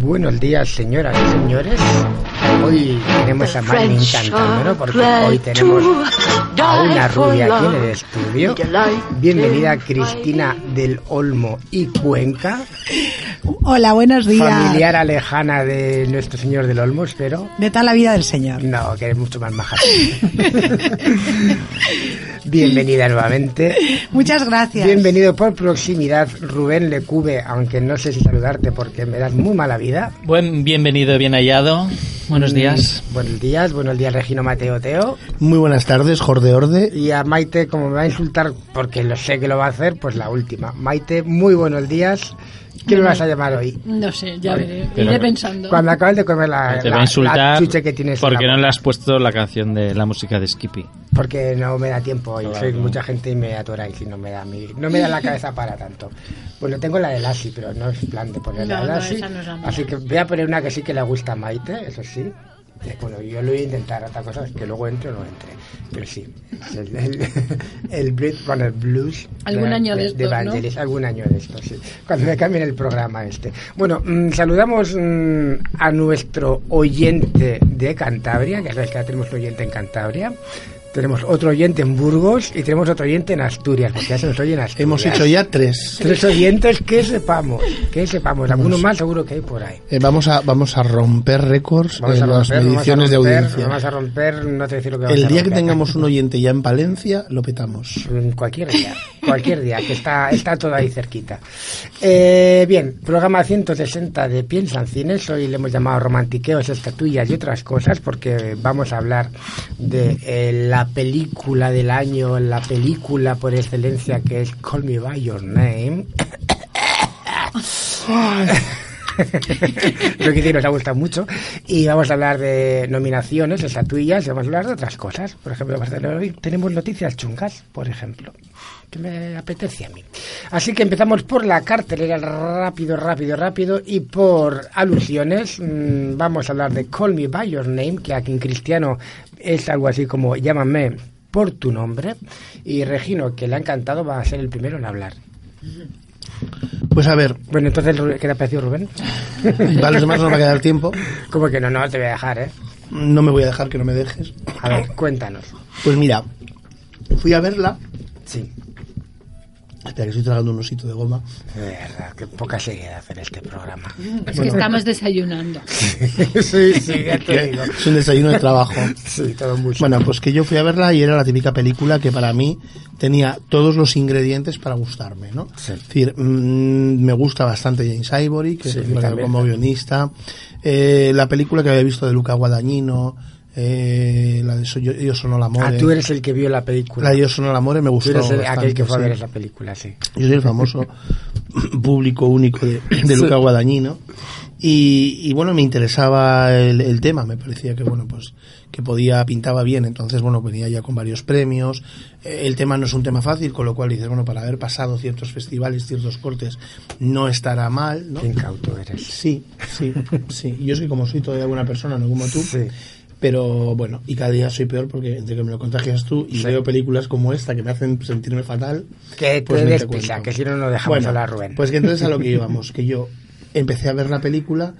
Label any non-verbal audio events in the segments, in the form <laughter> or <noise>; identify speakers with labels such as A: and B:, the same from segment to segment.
A: Buenos días, señoras y señores. Hoy tenemos a Manny encantándolo porque hoy tenemos a una rubia aquí en el estudio. Bienvenida Cristina del Olmo y Cuenca,
B: Hola, buenos días.
A: familiar a lejana de nuestro señor del Olmo, espero.
B: De tal la vida del Señor.
A: No, que eres mucho más maja. <laughs> Bienvenida nuevamente.
B: Muchas gracias.
A: Bienvenido por proximidad, Rubén Lecube, aunque no sé si saludarte porque me das muy mala vida.
C: Buen bienvenido, bien hallado. Buenos días.
A: Mm, Buenos días, buenos días Regino Mateo Teo.
D: Muy buenas tardes, Jorde Orde.
A: Y a Maite, como me va a insultar porque lo sé que lo va a hacer, pues la última. Maite, muy buenos días. ¿Qué me vas a llamar hoy?
E: No sé, ya veré.
C: pero-
E: Iré pensando.
A: Cuando acabes de comer la,
C: Te
A: la-
C: va a
A: la
C: insultar
A: chuche que tienes. en
C: porque
A: la
C: no le
A: boca.
C: has puesto la canción de la música de Skippy.
A: Porque no me da tiempo hoy.
C: Claro.
A: Soy mucha gente y me atoráis y no me da mi- no me da la cabeza para tanto. Bueno, tengo la de Lassi, pero no es plan de poner la
E: No,
A: de
E: no,
A: Lassi.
E: esa no es la mía.
A: así que voy a poner una que sí que le gusta a Maite, eso sí. Eh, Bueno, yo lo voy a intentar, otra cosa es que luego entre o no entre. Pero sí, es el, el, <laughs> el Blade Runner Blues.
E: Algún año de estos, ¿no?
A: Vangelis, algún año de esto, sí. Cuando me cambien el programa este. Bueno, mm, saludamos mm, a nuestro oyente de Cantabria, ya sabéis que ahora tenemos un oyente en Cantabria. Tenemos otro oyente en Burgos y tenemos otro oyente en Asturias, porque ya se nos oye en Asturias.
D: Hemos hecho ya tres.
A: Tres oyentes que sepamos, que sepamos. Algunos más seguro que hay por ahí.
D: Eh, vamos, a, vamos a romper récords en las
A: vamos a
D: mediciones de
A: romper,
D: audiencia.
A: Vamos a romper, no te decir lo que vamos
D: El
A: a
D: día que
A: romper.
D: tengamos un oyente ya en Palencia, lo petamos.
A: Mm, Cualquier día, cualquier día, que está, está todo ahí cerquita. Eh, bien, programa 160 de Piensa en Cines. Hoy le hemos llamado Romantiqueos, Estatuillas y otras cosas, porque vamos a hablar de eh, la película del año, la película por excelencia que es Call Me By Your Name. <laughs> Creo que sí nos ha gustado mucho. Y vamos a hablar de nominaciones, estatuillas, y vamos a hablar de otras cosas. Por ejemplo, vamos a tener hoy- tenemos noticias chungas, por ejemplo, que me apetece a mí. Así que empezamos por la cartelera rápido, rápido, rápido. Y por alusiones, mm, vamos a hablar de Call Me By Your Name, que aquí en cristiano es algo así como llámame por tu nombre. Y Regino, que le ha encantado, va a ser el primero en hablar.
D: Pues a ver,
A: Bueno, entonces, Ru- ¿qué te ha parecido, Rubén?
D: a los demás no nos va a quedar tiempo.
A: Como que no, no, te voy a dejar, ¿eh?
D: No me voy a dejar que no me dejes.
A: A ver, cuéntanos.
D: Pues mira, fui a verla.
A: Sí.
D: Espera, que estoy tragando un osito de goma.
A: De verdad, qué poca seriedad en este programa.
E: Es que
A: <laughs>
E: estamos desayunando.
A: sí, sí,
D: <laughs>
A: ya te digo.
D: Es un desayuno de trabajo.
A: <laughs> Sí, todo muy
D: Bueno, pues que yo fui a verla y era la típica película que para mí tenía todos los ingredientes para gustarme, ¿no?
A: Sí.
D: Es decir, mm, me gusta bastante James Ivory, que
A: Sí,
D: es el que
A: también.
D: como guionista. Eh, la película que había visto de Luca Guadagnino, eh, la de So- Yo, Yo Sono
A: Ah,
D: l'amore.
A: tú eres el que vio la película.
D: La de Yo Sono l'amore me
A: Tú
D: gustó
A: eres el-
D: bastante,
A: aquel que fue a
D: sí.
A: ver esa película, sí.
D: Yo soy el famoso público único de, de Luca Guadagnino. Y, y, bueno, me interesaba el, el tema, me parecía que bueno, pues que podía, pintaba bien, entonces bueno, venía ya con varios premios, Eh, el tema no es un tema fácil, con lo cual dices, bueno, para haber pasado ciertos festivales, ciertos cortes, no estará mal, ¿no?
A: Qué incauto eres.
D: Sí, sí, sí, yo soy como soy todavía buena persona, no como tú,
A: Sí.
D: pero bueno, y cada día soy peor porque entre que me lo contagias tú y
A: Sí.
D: veo películas como esta que me hacen sentirme fatal,
A: Que
D: Pues
A: te
D: ni te
A: despisa, <laughs>
D: cuento.
A: que si no, no dejamos hablar, Rubén.
D: pues que entonces a lo que íbamos, que yo empecé a ver la película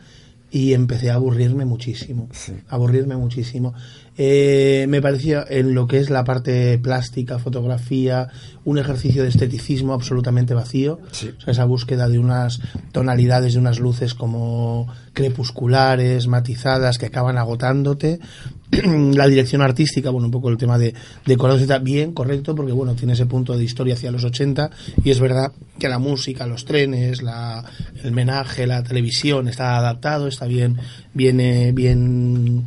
D: y empecé a aburrirme muchísimo. Aburrirme muchísimo. Eh, me parecía en lo que es la parte plástica, fotografía, un ejercicio de esteticismo absolutamente vacío.
A: Sí.
D: O sea, esa búsqueda de unas tonalidades, de unas luces como crepusculares, matizadas, que acaban agotándote. <clears throat> la dirección artística, bueno, un poco el tema de decorado, etcétera, bien, correcto, porque bueno, tiene ese punto de historia hacia los 80 y es verdad que la música, los trenes, la, el menaje, la televisión está adaptado, está bien, bien, eh, bien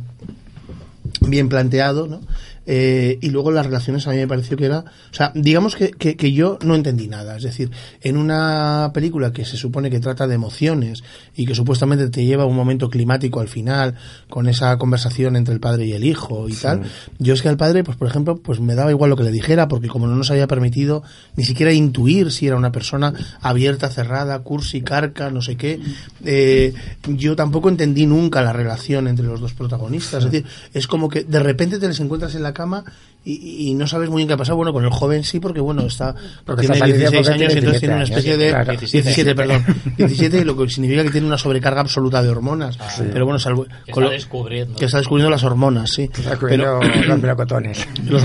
D: bien planteado, ¿no? Eh, y luego las relaciones a mí me pareció que era, o sea, digamos que, que, que yo no entendí nada, es decir, en una película que se supone que trata de emociones y que supuestamente te lleva a un momento climático al final, con esa conversación entre el padre y el hijo y tal, yo es que al padre, pues por ejemplo, pues me daba igual lo que le dijera, porque como no nos había permitido ni siquiera intuir si era una persona abierta, cerrada, cursi, carca, no sé qué, eh, yo tampoco entendí nunca la relación entre los dos protagonistas, es decir, es como que de repente te les encuentras en la cama y, y no sabes muy bien qué ha pasado. Bueno, con el joven sí, porque bueno, está
A: Porque
D: tiene
A: está pálida
D: 16 años
A: porque
D: y
A: tiene
D: entonces tiene una
A: 17
D: especie de...
A: años, claro.
D: 17, perdón. 17, lo que significa que tiene una sobrecarga absoluta de hormonas. Pero bueno, salvo... con lo-
C: descubriendo.
D: que está descubriendo las hormonas, sí.
A: Está
D: Pero-
A: comiendo
D: <clears throat>
A: los melocotones.
D: los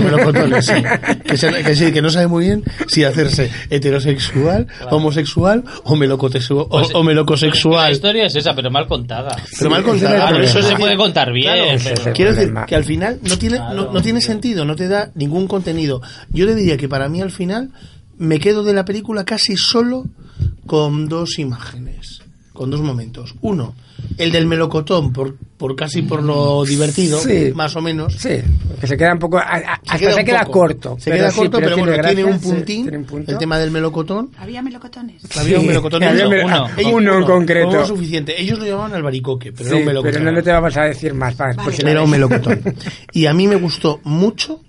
A: <laughs>
D: melocotones, sí. Que, se- que sí, que no sabe muy bien si hacerse heterosexual, homosexual o, melocotexu- o, o melocosexual.
C: es esa, pero mal contada.
D: Pero mal
A: ese es
D: contada.
A: el
D: pero
A: problema.
D: sí-
C: contar
D: Claro,
A: pero-
D: quiero decir
A: problema.
D: que al final no tiene, no, no tiene sentido, no te da ningún contenido. Yo le diría que para mí al final me quedo de la película casi solo con dos imágenes, con dos momentos. Uno, el del melocotón, por, por casi por lo divertido,
A: Sí.
D: más o menos.
A: Sí, que se queda un poco. a- a- hasta
D: queda
A: se
D: un
A: queda
D: poco.
A: corto.
D: Se queda
A: sí,
D: corto, pero, bueno,
A: gracia,
D: tiene un
A: sí,
D: puntín,
A: tiene un punto.
D: el tema del melocotón.
B: Había melocotones.
D: Había un melocotón.
A: Había
D: uno,
A: mel-
C: uno.
A: ah, <laughs> uno en
D: No
A: concreto.
D: era suficiente. Ellos lo llamaban albaricoque, pero
A: Sí,
D: era un melocotón.
A: pero no, no te vamos a decir más. Para, pues,
B: Vale.
A: porque-
D: Era un melocotón. Y a mí me gustó mucho,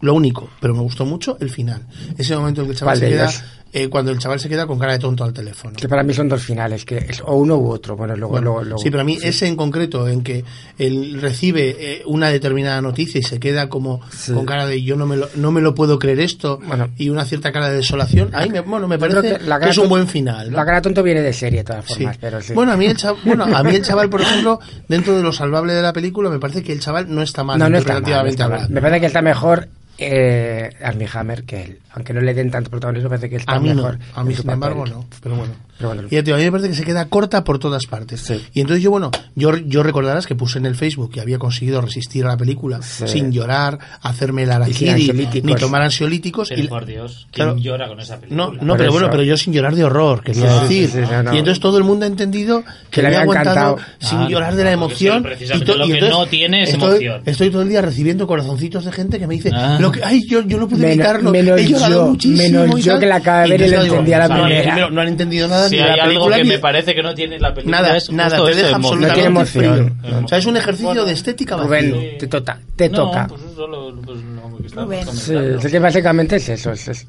D: lo único, pero me gustó mucho el final. Ese momento en que el chaval
A: ¿Cuál
D: se
A: de
D: queda,
A: ellos?
D: eh, cuando el chaval se queda con cara de tonto al teléfono.
A: que para mí son dos finales, que es o uno u otro. Bueno, luego. luego, luego-
D: Sí, pero a mí ese en concreto, en que él recibe eh, una determinada noticia y se queda como
A: Sí.
D: con cara de yo no me lo, no me lo puedo creer esto
A: Bueno.
D: y una cierta cara de desolación, ahí me, bueno, me
A: Yo creo
D: parece que,
A: la cara
D: es un
A: tonto-
D: buen final. ¿no?
A: La cara tonto viene de serie, de todas
D: Sí.
A: formas. Pero sí.
D: Bueno, a mí el chaval, bueno, a mí el chaval,
A: <laughs>
D: por ejemplo, dentro de lo salvable de la película, me parece que el chaval no está mal,
A: no, no
D: entonces,
A: está mal, no
D: relativamente
A: está mal.
D: hablando.
A: Me parece que está mejor eh, Armie Hammer que él. Aunque no le den tanto protagonismo, parece que está
D: A mí no,
A: mejor.
D: a mí
A: en su
D: sin embargo
A: papel.
D: no, pero bueno.
A: Pero bueno,
D: Y ya te digo, a mí me parece que se queda corta por todas partes.
A: Sí.
D: Y entonces yo, bueno, yo, yo recordarás que puse en el Facebook que había conseguido resistir a la película
A: Sí.
D: sin llorar, hacerme el araquiri,
A: ansiolíticos.
D: ni tomar ansiolíticos. y-
C: Dios,
D: ¿quién Claro.
C: llora con esa
D: no, no,
A: Por
D: pero
A: eso.
D: bueno, pero yo sin llorar de horror, quería
A: Sí, sí,
D: decir.
A: sí, sí, no, no.
D: Y entonces todo el mundo ha entendido que,
A: Que le
D: me he
A: había
D: aguantado
A: encantado.
D: sin
C: Ah,
D: llorar
C: no,
D: de la
C: porque es
D: emoción.
C: precisamente
D: to-
C: lo que no tiene es
D: estoy,
C: emoción.
D: Estoy todo el día recibiendo corazoncitos de gente que me dice,
C: Ah.
D: lo que, ay, yo, yo no pude
A: Menos-
D: evitarlo.
A: menos
D: he llorado
A: yo,
D: muchísimo
A: menos
D: y
A: yo
D: tal".
A: que la acabé de ver y
D: entonces
A: la
D: digo,
A: entendí a la
D: "No,
A: primera".
D: primero, No han entendido nada
C: Si
D: ni de
C: hay
D: la
C: algo
D: película
C: que
D: ni
C: me
D: de-
C: parece que no tiene la película
D: Nada,
C: es
D: nada,
C: justo
D: te
C: eso,
D: deja
C: emoción.
D: absolutamente
A: No tiene emoción.
D: frío. O sea, es un ejercicio de estética vacío.
A: Rubén, te, tota- te
C: No,
A: toca.
C: pues eso lo- pues no, porque estaba
B: Rubén.
A: Sí,
C: comentando.
A: es que básicamente es eso. es- es-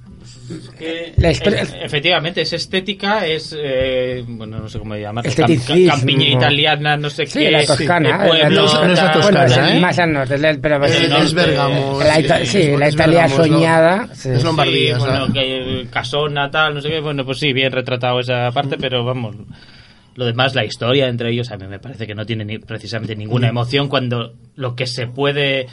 C: Que-
A: La historia-
C: e- efectivamente, es estética, es. eh, bueno, no sé cómo llamarlo.
A: Esteticismo.
C: campiña italiana, no sé
A: Sí,
C: qué.
A: la
C: de
A: toscana. eh, la
C: pueblo,
A: toscana.
D: No es la
C: tal.
D: toscana,
A: Bueno, es-
D: ¿eh?
A: más al norte, es el- pero
D: Es,
C: El
D: es
C: norte.
D: Bérgamo,
A: La Ita- sí, la
D: es
A: Italia
D: Bérgamo, es lo-
A: soñada, sí.
D: Es Lombardía.
C: Sí,
D: o sea,
C: bueno, que, eh, casona, tal, no sé qué. Bueno, pues sí, bien retratado esa parte, pero vamos. Lo demás, la historia entre ellos, a mí me parece que no tiene ni- precisamente ninguna
D: Mm.
C: emoción cuando lo que se puede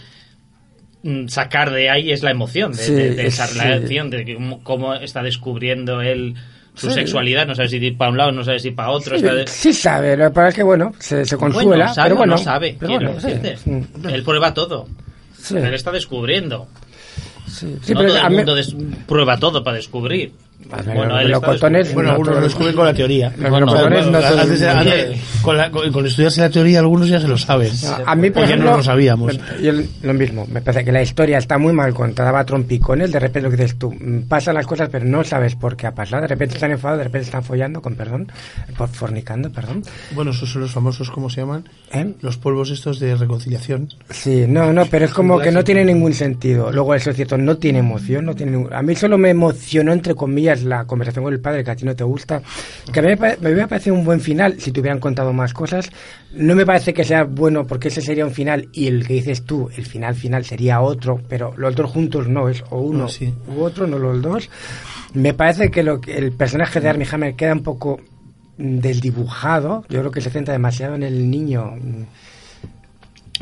C: mm, sacar de ahí es la emoción de,
A: Sí,
C: de- de esa
A: sí.
C: relación, de cómo- cómo está descubriendo él su
A: Sí.
C: sexualidad, no sabe si ir para un lado, no sabe si para otro. está de-
A: Sí sabe, lo que pasa es que bueno, se, se consuela,
C: bueno, sabe
A: pero
C: o
A: bueno,
C: no sabe,
A: pero
C: quiero
A: bueno, sí,
C: decirte.
A: sí,
C: Él prueba todo.
A: sí,
C: Él está descubriendo.
A: sí, sí,
C: no
A: pero
C: todo
A: a
C: el
A: mí-
C: mundo des- prueba todo para descubrir.
A: Vale,
C: bueno,
A: los
C: él está
A: melocotones-
C: descubriendo.
D: Bueno,
A: No,
D: algunos
A: todo-
D: lo descubren con la teoría.
A: los
C: Bueno,
A: melocotones
D: Bueno,
A: no son-
D: antes-
A: no-
D: antes- con, la- con- con estudiarse la teoría algunos ya se lo saben.
A: A mí, por
D: O ya
A: ejemplo,
D: no lo sabíamos.
A: me- yo lo mismo, me parece que la historia está muy mal contada, va a trompicones, de repente lo que dices tú, mm, pasan las cosas pero no sabes por qué ha pasado, de repente están enfadados, de repente están follando, con perdón, por- fornicando, perdón.
D: Bueno, esos son los famosos, ¿cómo se llaman?
A: ¿Eh?
D: Los polvos estos de reconciliación.
A: Sí, no, no, pero es como que no tiene ningún sentido. Luego, eso es cierto, no tiene emoción. No tiene ningún- A mí solo me emocionó, entre comillas, la conversación con el padre, que a ti no te gusta. Que a mí me, pare- me hubiera parecido un buen final si te hubieran contado más cosas. No me parece que sea bueno, porque ese sería un final y el que dices tú, el final final sería otro, pero los dos juntos no, es o uno
D: No, sí.
A: u otro, no los dos. Me parece que, lo que- el personaje de Armie Hammer queda un poco del dibujado, yo creo que se centra demasiado en el niño. mm,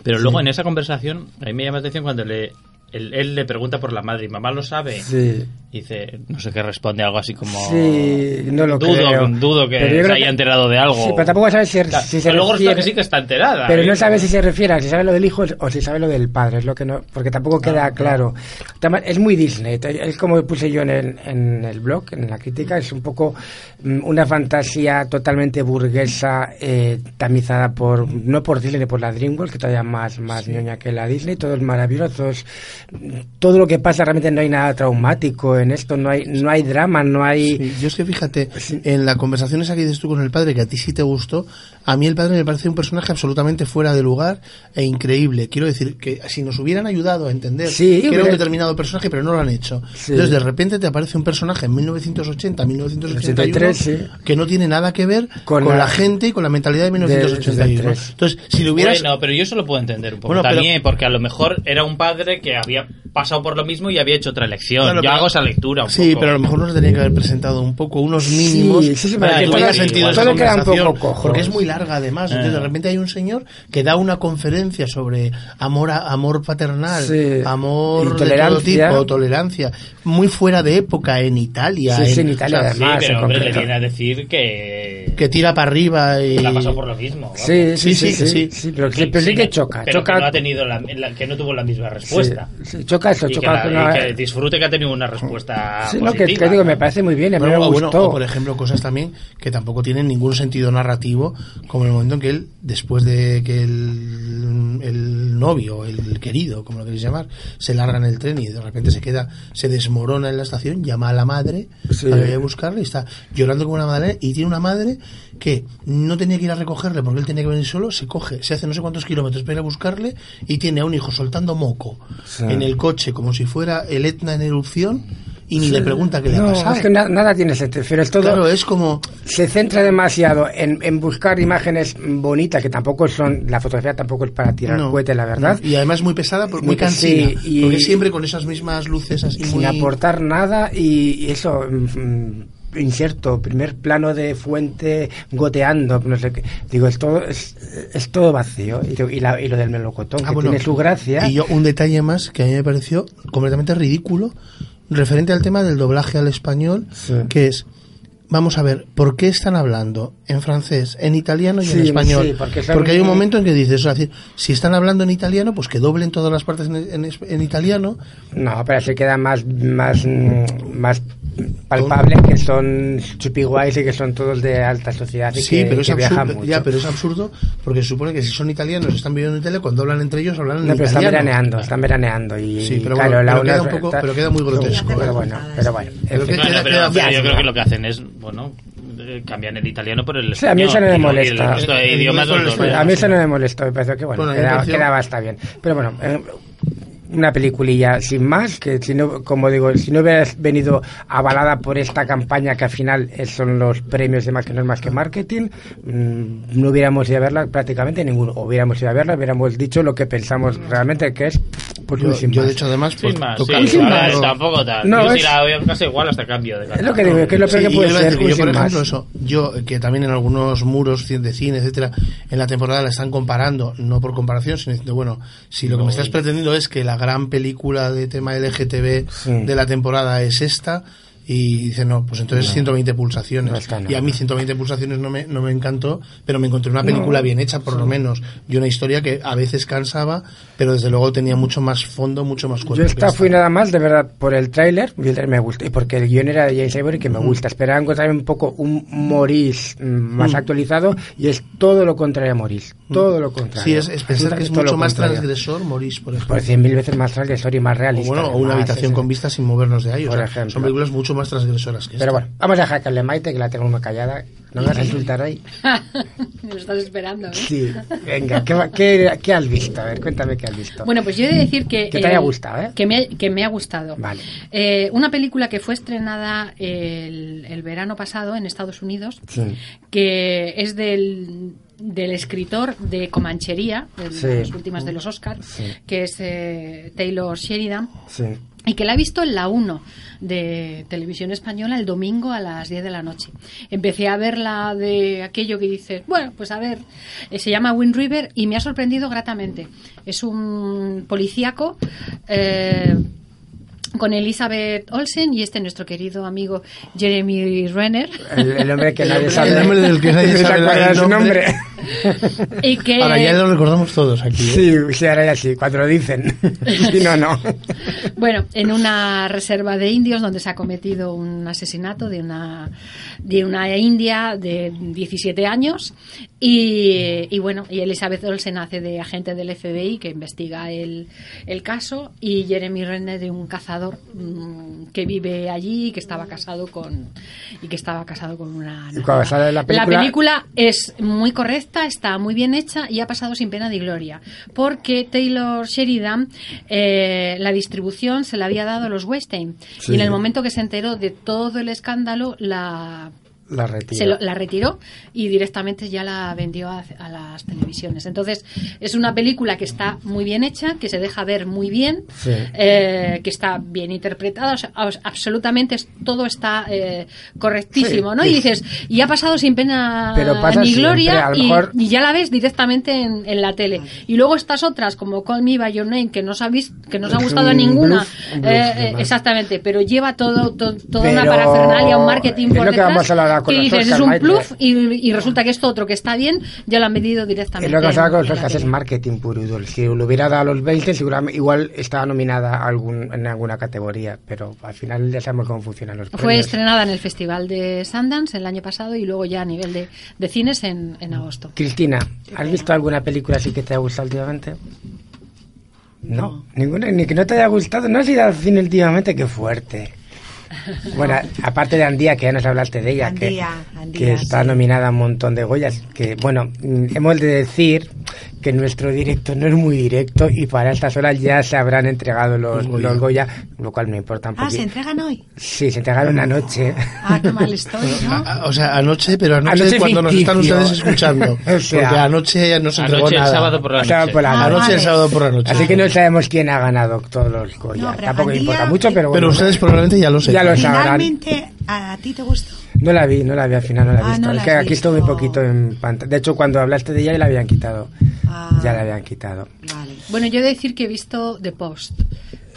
C: Pero luego en esa conversación, a mí me llama la atención cuando le, él, él le pregunta por la madre y mamá lo sabe.
A: Sí.
C: Y Dice, no sé qué responde, algo así como.
A: Sí, no lo
C: dudo,
A: creo.
C: Dudo que
A: Pero yo
C: se
A: creo
C: haya
A: que-
C: enterado de algo.
A: Sí, pero tampoco sabes si,
C: Claro,
A: si se
C: pero luego resulta
A: refiere-
C: que sí que está enterada.
A: Pero
C: ¿eh?
A: no sabe si se refiere a si sabe lo del hijo o si sabe lo del padre, es lo que no, porque tampoco queda claro. Tama- Es muy Disney, t- es como puse yo en el, en el blog, en la crítica, es un poco mm, una fantasía totalmente burguesa, eh, tamizada por, no por Disney, por la DreamWorks, que todavía más, más ñoña que la Disney, todo es maravilloso, todo es- mm, todo lo que pasa realmente no hay nada traumático en esto, no hay, no hay drama, no hay...
D: Sí, yo es que fíjate, en la conversación esa que dices tú con el padre, que a ti sí te gustó, a mí el padre me parece un personaje absolutamente fuera de lugar e increíble. Quiero decir que si nos hubieran ayudado a entender
A: Sí,
D: que era
A: hubiera-
D: un determinado personaje, pero no lo han hecho.
A: Sí.
D: Entonces de repente te aparece un personaje en 1980, 1981,
A: 83, sí.
D: que no tiene nada que ver
A: Con
D: con,
A: la-
D: la... gente y con la mentalidad de 1981.
A: 1983.
D: Entonces, si le hubieras...
C: Bueno, pero yo eso lo puedo entender un poco
D: Bueno, pero-
C: también, porque a lo mejor era un padre que había pasado por lo mismo y había hecho otra elección.
D: Claro,
C: yo
D: pero-
C: hago esa lectura un
D: Sí,
C: poco.
D: pero a lo mejor nos tenía que haber presentado un poco unos mínimos
A: sí, sí,
C: para que
D: tuviera
C: todo- todo
D: sentido esa
A: queda un
D: conversación,
A: poco cojo.
D: porque es muy larga además. Entonces,
C: Eh.
D: de repente hay un señor que da una conferencia sobre amor a- amor paternal,
A: Sí. Y
D: amor de todo
A: tolerancia.
D: tipo, tolerancia, muy fuera de época en Italia,
A: Sí, sí,
D: en-
A: en Italia,
D: o sea,
C: Sí,
A: además, en
C: pero hombre, le
A: concreto.
C: viene a decir que.
D: que tira para arriba y
C: la pasó por lo mismo. vamos.
A: Sí, sí, sí,
D: Sí,
A: sí,
D: sí, sí.
A: sí, pero, sí, pero sí que choca,
C: pero
A: choca
C: que no ha tenido la, la- que no tuvo la misma respuesta.
A: Sí, sí, choca eso,
C: Y, que
A: choca
C: la-
A: con
C: y
A: la-
C: que disfrute que ha tenido una respuesta
A: Sí, no, que,
C: positiva.
A: que digo, me parece muy bien, a mí
D: Ah, Bueno,
A: me
D: o bueno,
A: gustó.
D: o por ejemplo, cosas también que tampoco tienen ningún sentido narrativo, como el momento en que él, después de que el, el novio, el querido, como lo queréis llamar, se larga en el tren y de repente se queda, se desmorona en la estación, llama a la madre
A: Sí.
D: para que vaya a buscarle y está llorando como una madre y tiene una madre que no tenía que ir a recogerle porque él tenía que venir solo, se coge, se hace no sé cuántos kilómetros para ir a buscarle y tiene a un hijo soltando moco
A: Sí.
D: en el coche como si fuera el Etna en erupción y ni le pregunta qué le ha
A: no,
D: pasado.
A: es que na- nada tiene sentido, pero es todo,
D: Claro, es como.
A: se centra demasiado en, en buscar imágenes bonitas, que tampoco son, la fotografía tampoco es para tirar
D: no,
A: cohete, la verdad,
D: no. Y además muy pesada, por- muy
A: Sí,
D: cansina.
A: y-
D: porque siempre con esas mismas luces así
A: sin
D: muy.
A: aportar nada y, y eso, mm, mm, inserto, primer plano de fuente goteando, no sé qué, digo, es todo, es, es todo vacío, y, digo, y la- y lo del melocotón,
D: Ah,
A: que
D: bueno,
A: tiene su gracia.
D: Y yo, un detalle más que a mí me pareció completamente ridículo, referente al tema del doblaje al español,
A: Sí.
D: que es. Vamos a ver, ¿por qué están hablando en francés, en italiano y en
A: Sí,
D: español?
A: sí, porque son-
D: hay un momento en que dices, o sea, decir, si están hablando en italiano, pues que doblen todas las partes en, en es- en italiano.
A: No, pero se queda más, más, mm, más palpable que son chupiguays y que son todos de alta sociedad y
D: Sí,
A: que,
D: pero es
A: que viajan
D: absurdo.
A: mucho.
D: Ya, pero es absurdo porque se supone que si son italianos, están viviendo en Italia, cuando hablan entre ellos, hablan en
A: No, pero están
D: italiano.
A: veraneando, están veraneando y
D: Sí, pero
A: claro,
D: bueno,
A: la
D: pero
A: una
D: queda
A: es-
D: un poco-
A: está-
D: pero queda muy grotesco,
A: Pero
D: ¿eh?
A: bueno, pero bueno.
D: Pero
A: en
D: que-
A: fin.
C: Bueno, pero,
D: Queda- queda
C: pero yo
D: fácil.
C: creo que lo que hacen es, bueno, eh, cambian el iditaliano por el
A: Sí, a mí
C: español.
A: eso no me
C: y lo- y
A: molesta.
C: el resto de
D: El inglés
C: idiomas
D: por el
C: los
D: español.
C: doblan.
A: a mí eso no me molestó, me pareció que bueno,
D: Bueno, a mí me
A: quedaba,
D: pareció-
A: quedaba hasta bien. Pero bueno, eh, una peliculilla sin más, que si no, como digo, si no hubiera venido avalada por esta campaña que al final eh, son los premios de más que no es más que marketing, mm, no hubiéramos ido a verla prácticamente ninguno. O Hubiéramos ido a verla, hubiéramos dicho lo que pensamos realmente que es pues un
D: Yo,
A: sin
D: yo, de
A: más.
D: hecho, además,
C: Sin
D: pues,
C: más,
D: toca-
C: sí,
A: sin
C: a ver,
A: más.
C: tampoco tal.
A: No,
C: yo sí
A: es-
C: la veo casi igual hasta cambio de
A: Es
C: canal.
A: lo que digo, que es lo peor
D: Sí,
A: que
D: yo
A: puede
D: iba a
A: ser.
D: decir que
A: un
D: yo, por
A: sin más.
D: ejemplo, eso, yo eh, que también en algunos muros cien- de cine, etcétera, en la temporada la están comparando, no por comparación, sino diciendo, bueno, si lo que me estás pretendiendo es que la gran película de tema LGTB
A: Sí.
D: de la temporada es esta, y dice, no, pues entonces 120 pulsaciones.
A: No está nada.
D: y a mí 120 pulsaciones no me, no me encantó, pero me encontré una película bien hecha, por lo menos, y una historia que a veces cansaba, pero desde luego tenía mucho más fondo, mucho más cuerpo.
A: Yo
D: que
A: esta fui nada más, de verdad, por el tráiler, y el tráiler me gusta, y porque el guion era de James Ivory que me gusta. Esperaba encontrar un poco un Morís mm, más actualizado, y es todo lo contrario a Morís. Todo lo contrario.
D: Sí, es, es pensar que es
A: Absolutamente todo
D: mucho
A: lo
D: más
A: contrario.
D: transgresor Morís, por ejemplo.
A: Por Pues cien mil veces más transgresor y más
D: O
A: realista.
D: bueno, o una
A: además,
D: habitación
A: es-
D: con vista sin movernos de ahí. o
A: Por
D: sea,
A: ejemplo.
D: son películas mucho más transgresoras que
A: Pero
D: esta.
A: bueno, vamos a dejar que hable Maite, que la tengo muy callada. ¿No me vas a insultar ahí?
E: Me estás esperando, ¿eh?
A: Sí. Venga, ¿qué, va- qué, qué has visto? A ver, cuéntame qué has visto.
E: Bueno, pues yo he de decir que...
A: Que te haya gustado, ¿eh?
E: Que me, ha- que me ha gustado.
A: Vale.
E: Eh, una película que fue estrenada el, el verano pasado en Estados Unidos,
A: Sí.
E: que es del, del escritor de Comanchería, de
A: Sí.
E: las últimas de los Oscars,
A: Sí.
E: que es eh, Taylor Sheridan.
A: Sí.
E: y que la he visto en la 1 de Televisión Española el domingo a las 10 de la noche. Empecé a verla de aquello que dices, bueno, pues a ver, eh, se llama Wind River y me ha sorprendido gratamente. Es un policíaco eh, con Elizabeth Olsen y este nuestro querido amigo Jeremy Renner.
A: El, el hombre que nadie
D: El
A: sabe.
D: hombre del que
A: <laughs>
D: nadie
A: se
D: sabe
A: acuerda
D: el
A: su
D: nombre.
A: nombre.
E: <laughs> y que
D: Ahora ya lo recordamos todos aquí. ¿eh?
A: Sí, sí, ahora ya sí, cuando lo dicen. <laughs> Si no, no.
E: Bueno, en una reserva de indios donde se ha cometido un asesinato de una, de una india de 17 años. Y, y bueno, y Elizabeth Olsen hace de agente del FBI que investiga el, el caso y Jeremy Renner de un cazador mm, que vive allí y que estaba casado con y que estaba casado con una
A: Y cuando sale la película-
E: película es muy correcta, está muy bien hecha y ha pasado sin pena ni gloria. Porque Taylor Sheridan, eh, la distribución se la había dado a los Weinstein.
A: Sí.
E: Y en el momento que se enteró de todo el escándalo, la,
A: La
E: se lo-
A: retiro.
E: la retiró y directamente ya la vendió a, a las televisiones. Entonces, es una película que está muy bien hecha, que se deja ver muy bien,
A: Sí.
E: eh, que está bien interpretada, o sea, abs- absolutamente es- todo está eh, correctísimo,
A: Sí,
E: ¿no?
A: sí.
E: Y dices, y ha pasado sin pena
A: Pero pasa
E: ni
A: siempre,
E: gloria
A: a lo
E: y,
A: mejor-
E: y ya la ves directamente en, en la tele. Y luego estas otras, como Call Me By Your Name, que no, sabéis, que no os ha
A: Es
E: gustado
A: un
E: ninguna,
A: bluff, un bluff,
E: eh, eh,
A: además.
E: exactamente, pero lleva todo, todo, toda una
A: Pero
E: parafernalia, un
A: es
E: marketing por
A: lo que
E: detrás,
A: vamos a hablar con
E: que
A: los
E: dices,
A: Oscar,
E: es un
A: Maite".
E: bluff y, y resulta que esto otro que está bien ya lo han medido
A: Es
E: directamente.
A: lo que pasaba con
E: en-
A: los
E: en la
A: Oscars, es
E: tele.
A: marketing puro y duro. Si lo hubiera dado a los 20, seguramente igual estaba nominada a algún, en alguna categoría, pero al final ya sabemos cómo funcionan los
E: Fue
A: premios.
E: estrenada en el Festival de Sundance el año pasado y luego ya a nivel de, de cines en, en agosto.
A: Cristina, ¿has visto alguna película así que te ha gustado últimamente? No, ninguna, ni que no te haya gustado. No has ido al cine últimamente, qué fuerte.
B: <laughs>
A: Bueno, aparte de Andía, que ya nos hablaste de ella, que-
B: Andía,
A: que,
B: Andía,
A: está
B: sí.
A: nominada a un montón de Goyas, que bueno, mm, hemos de decir que nuestro directo no es muy directo y para estas horas ya se habrán entregado los,
D: Los Goya.
A: los Goya, lo cual me importa un
B: Ah, se
A: poquito.
B: entregan hoy.
A: Sí, se entregaron anoche.
B: Ah,
A: <laughs>
B: qué mal estoy, ¿no?
D: A- a- Mm. O sea, anoche, pero anoche,
A: Anoche ficticio.
D: cuando nos están ustedes escuchando.
A: <laughs> O sea,
D: porque anoche no se entregó
C: Anoche, el
D: nada.
C: sábado por la
A: O sea,
C: noche.
A: por la
B: Ah,
A: noche.
D: Anoche, el
B: vale.
D: sábado por la noche.
A: Así que no sabemos quién ha ganado todos los
B: No,
A: Goya.
B: pero
A: Tampoco me
B: Gandía-
A: importa mucho, pero bueno.
D: Pero ustedes probablemente ya lo sé.
A: Ya lo saben. sabrán.
B: Finalmente, ¿a ti te gustó?
A: No la vi, no la vi al final, no la he
B: Ah,
A: visto.
B: no
A: es
B: la
A: que
B: has
A: aquí estuvo muy
B: visto.
A: poquito en pantalla. De hecho, cuando hablaste de ella, ya la habían quitado.
B: Ah.
A: Ya la habían quitado.
B: Vale.
E: Bueno, yo he de decir que he visto The Post.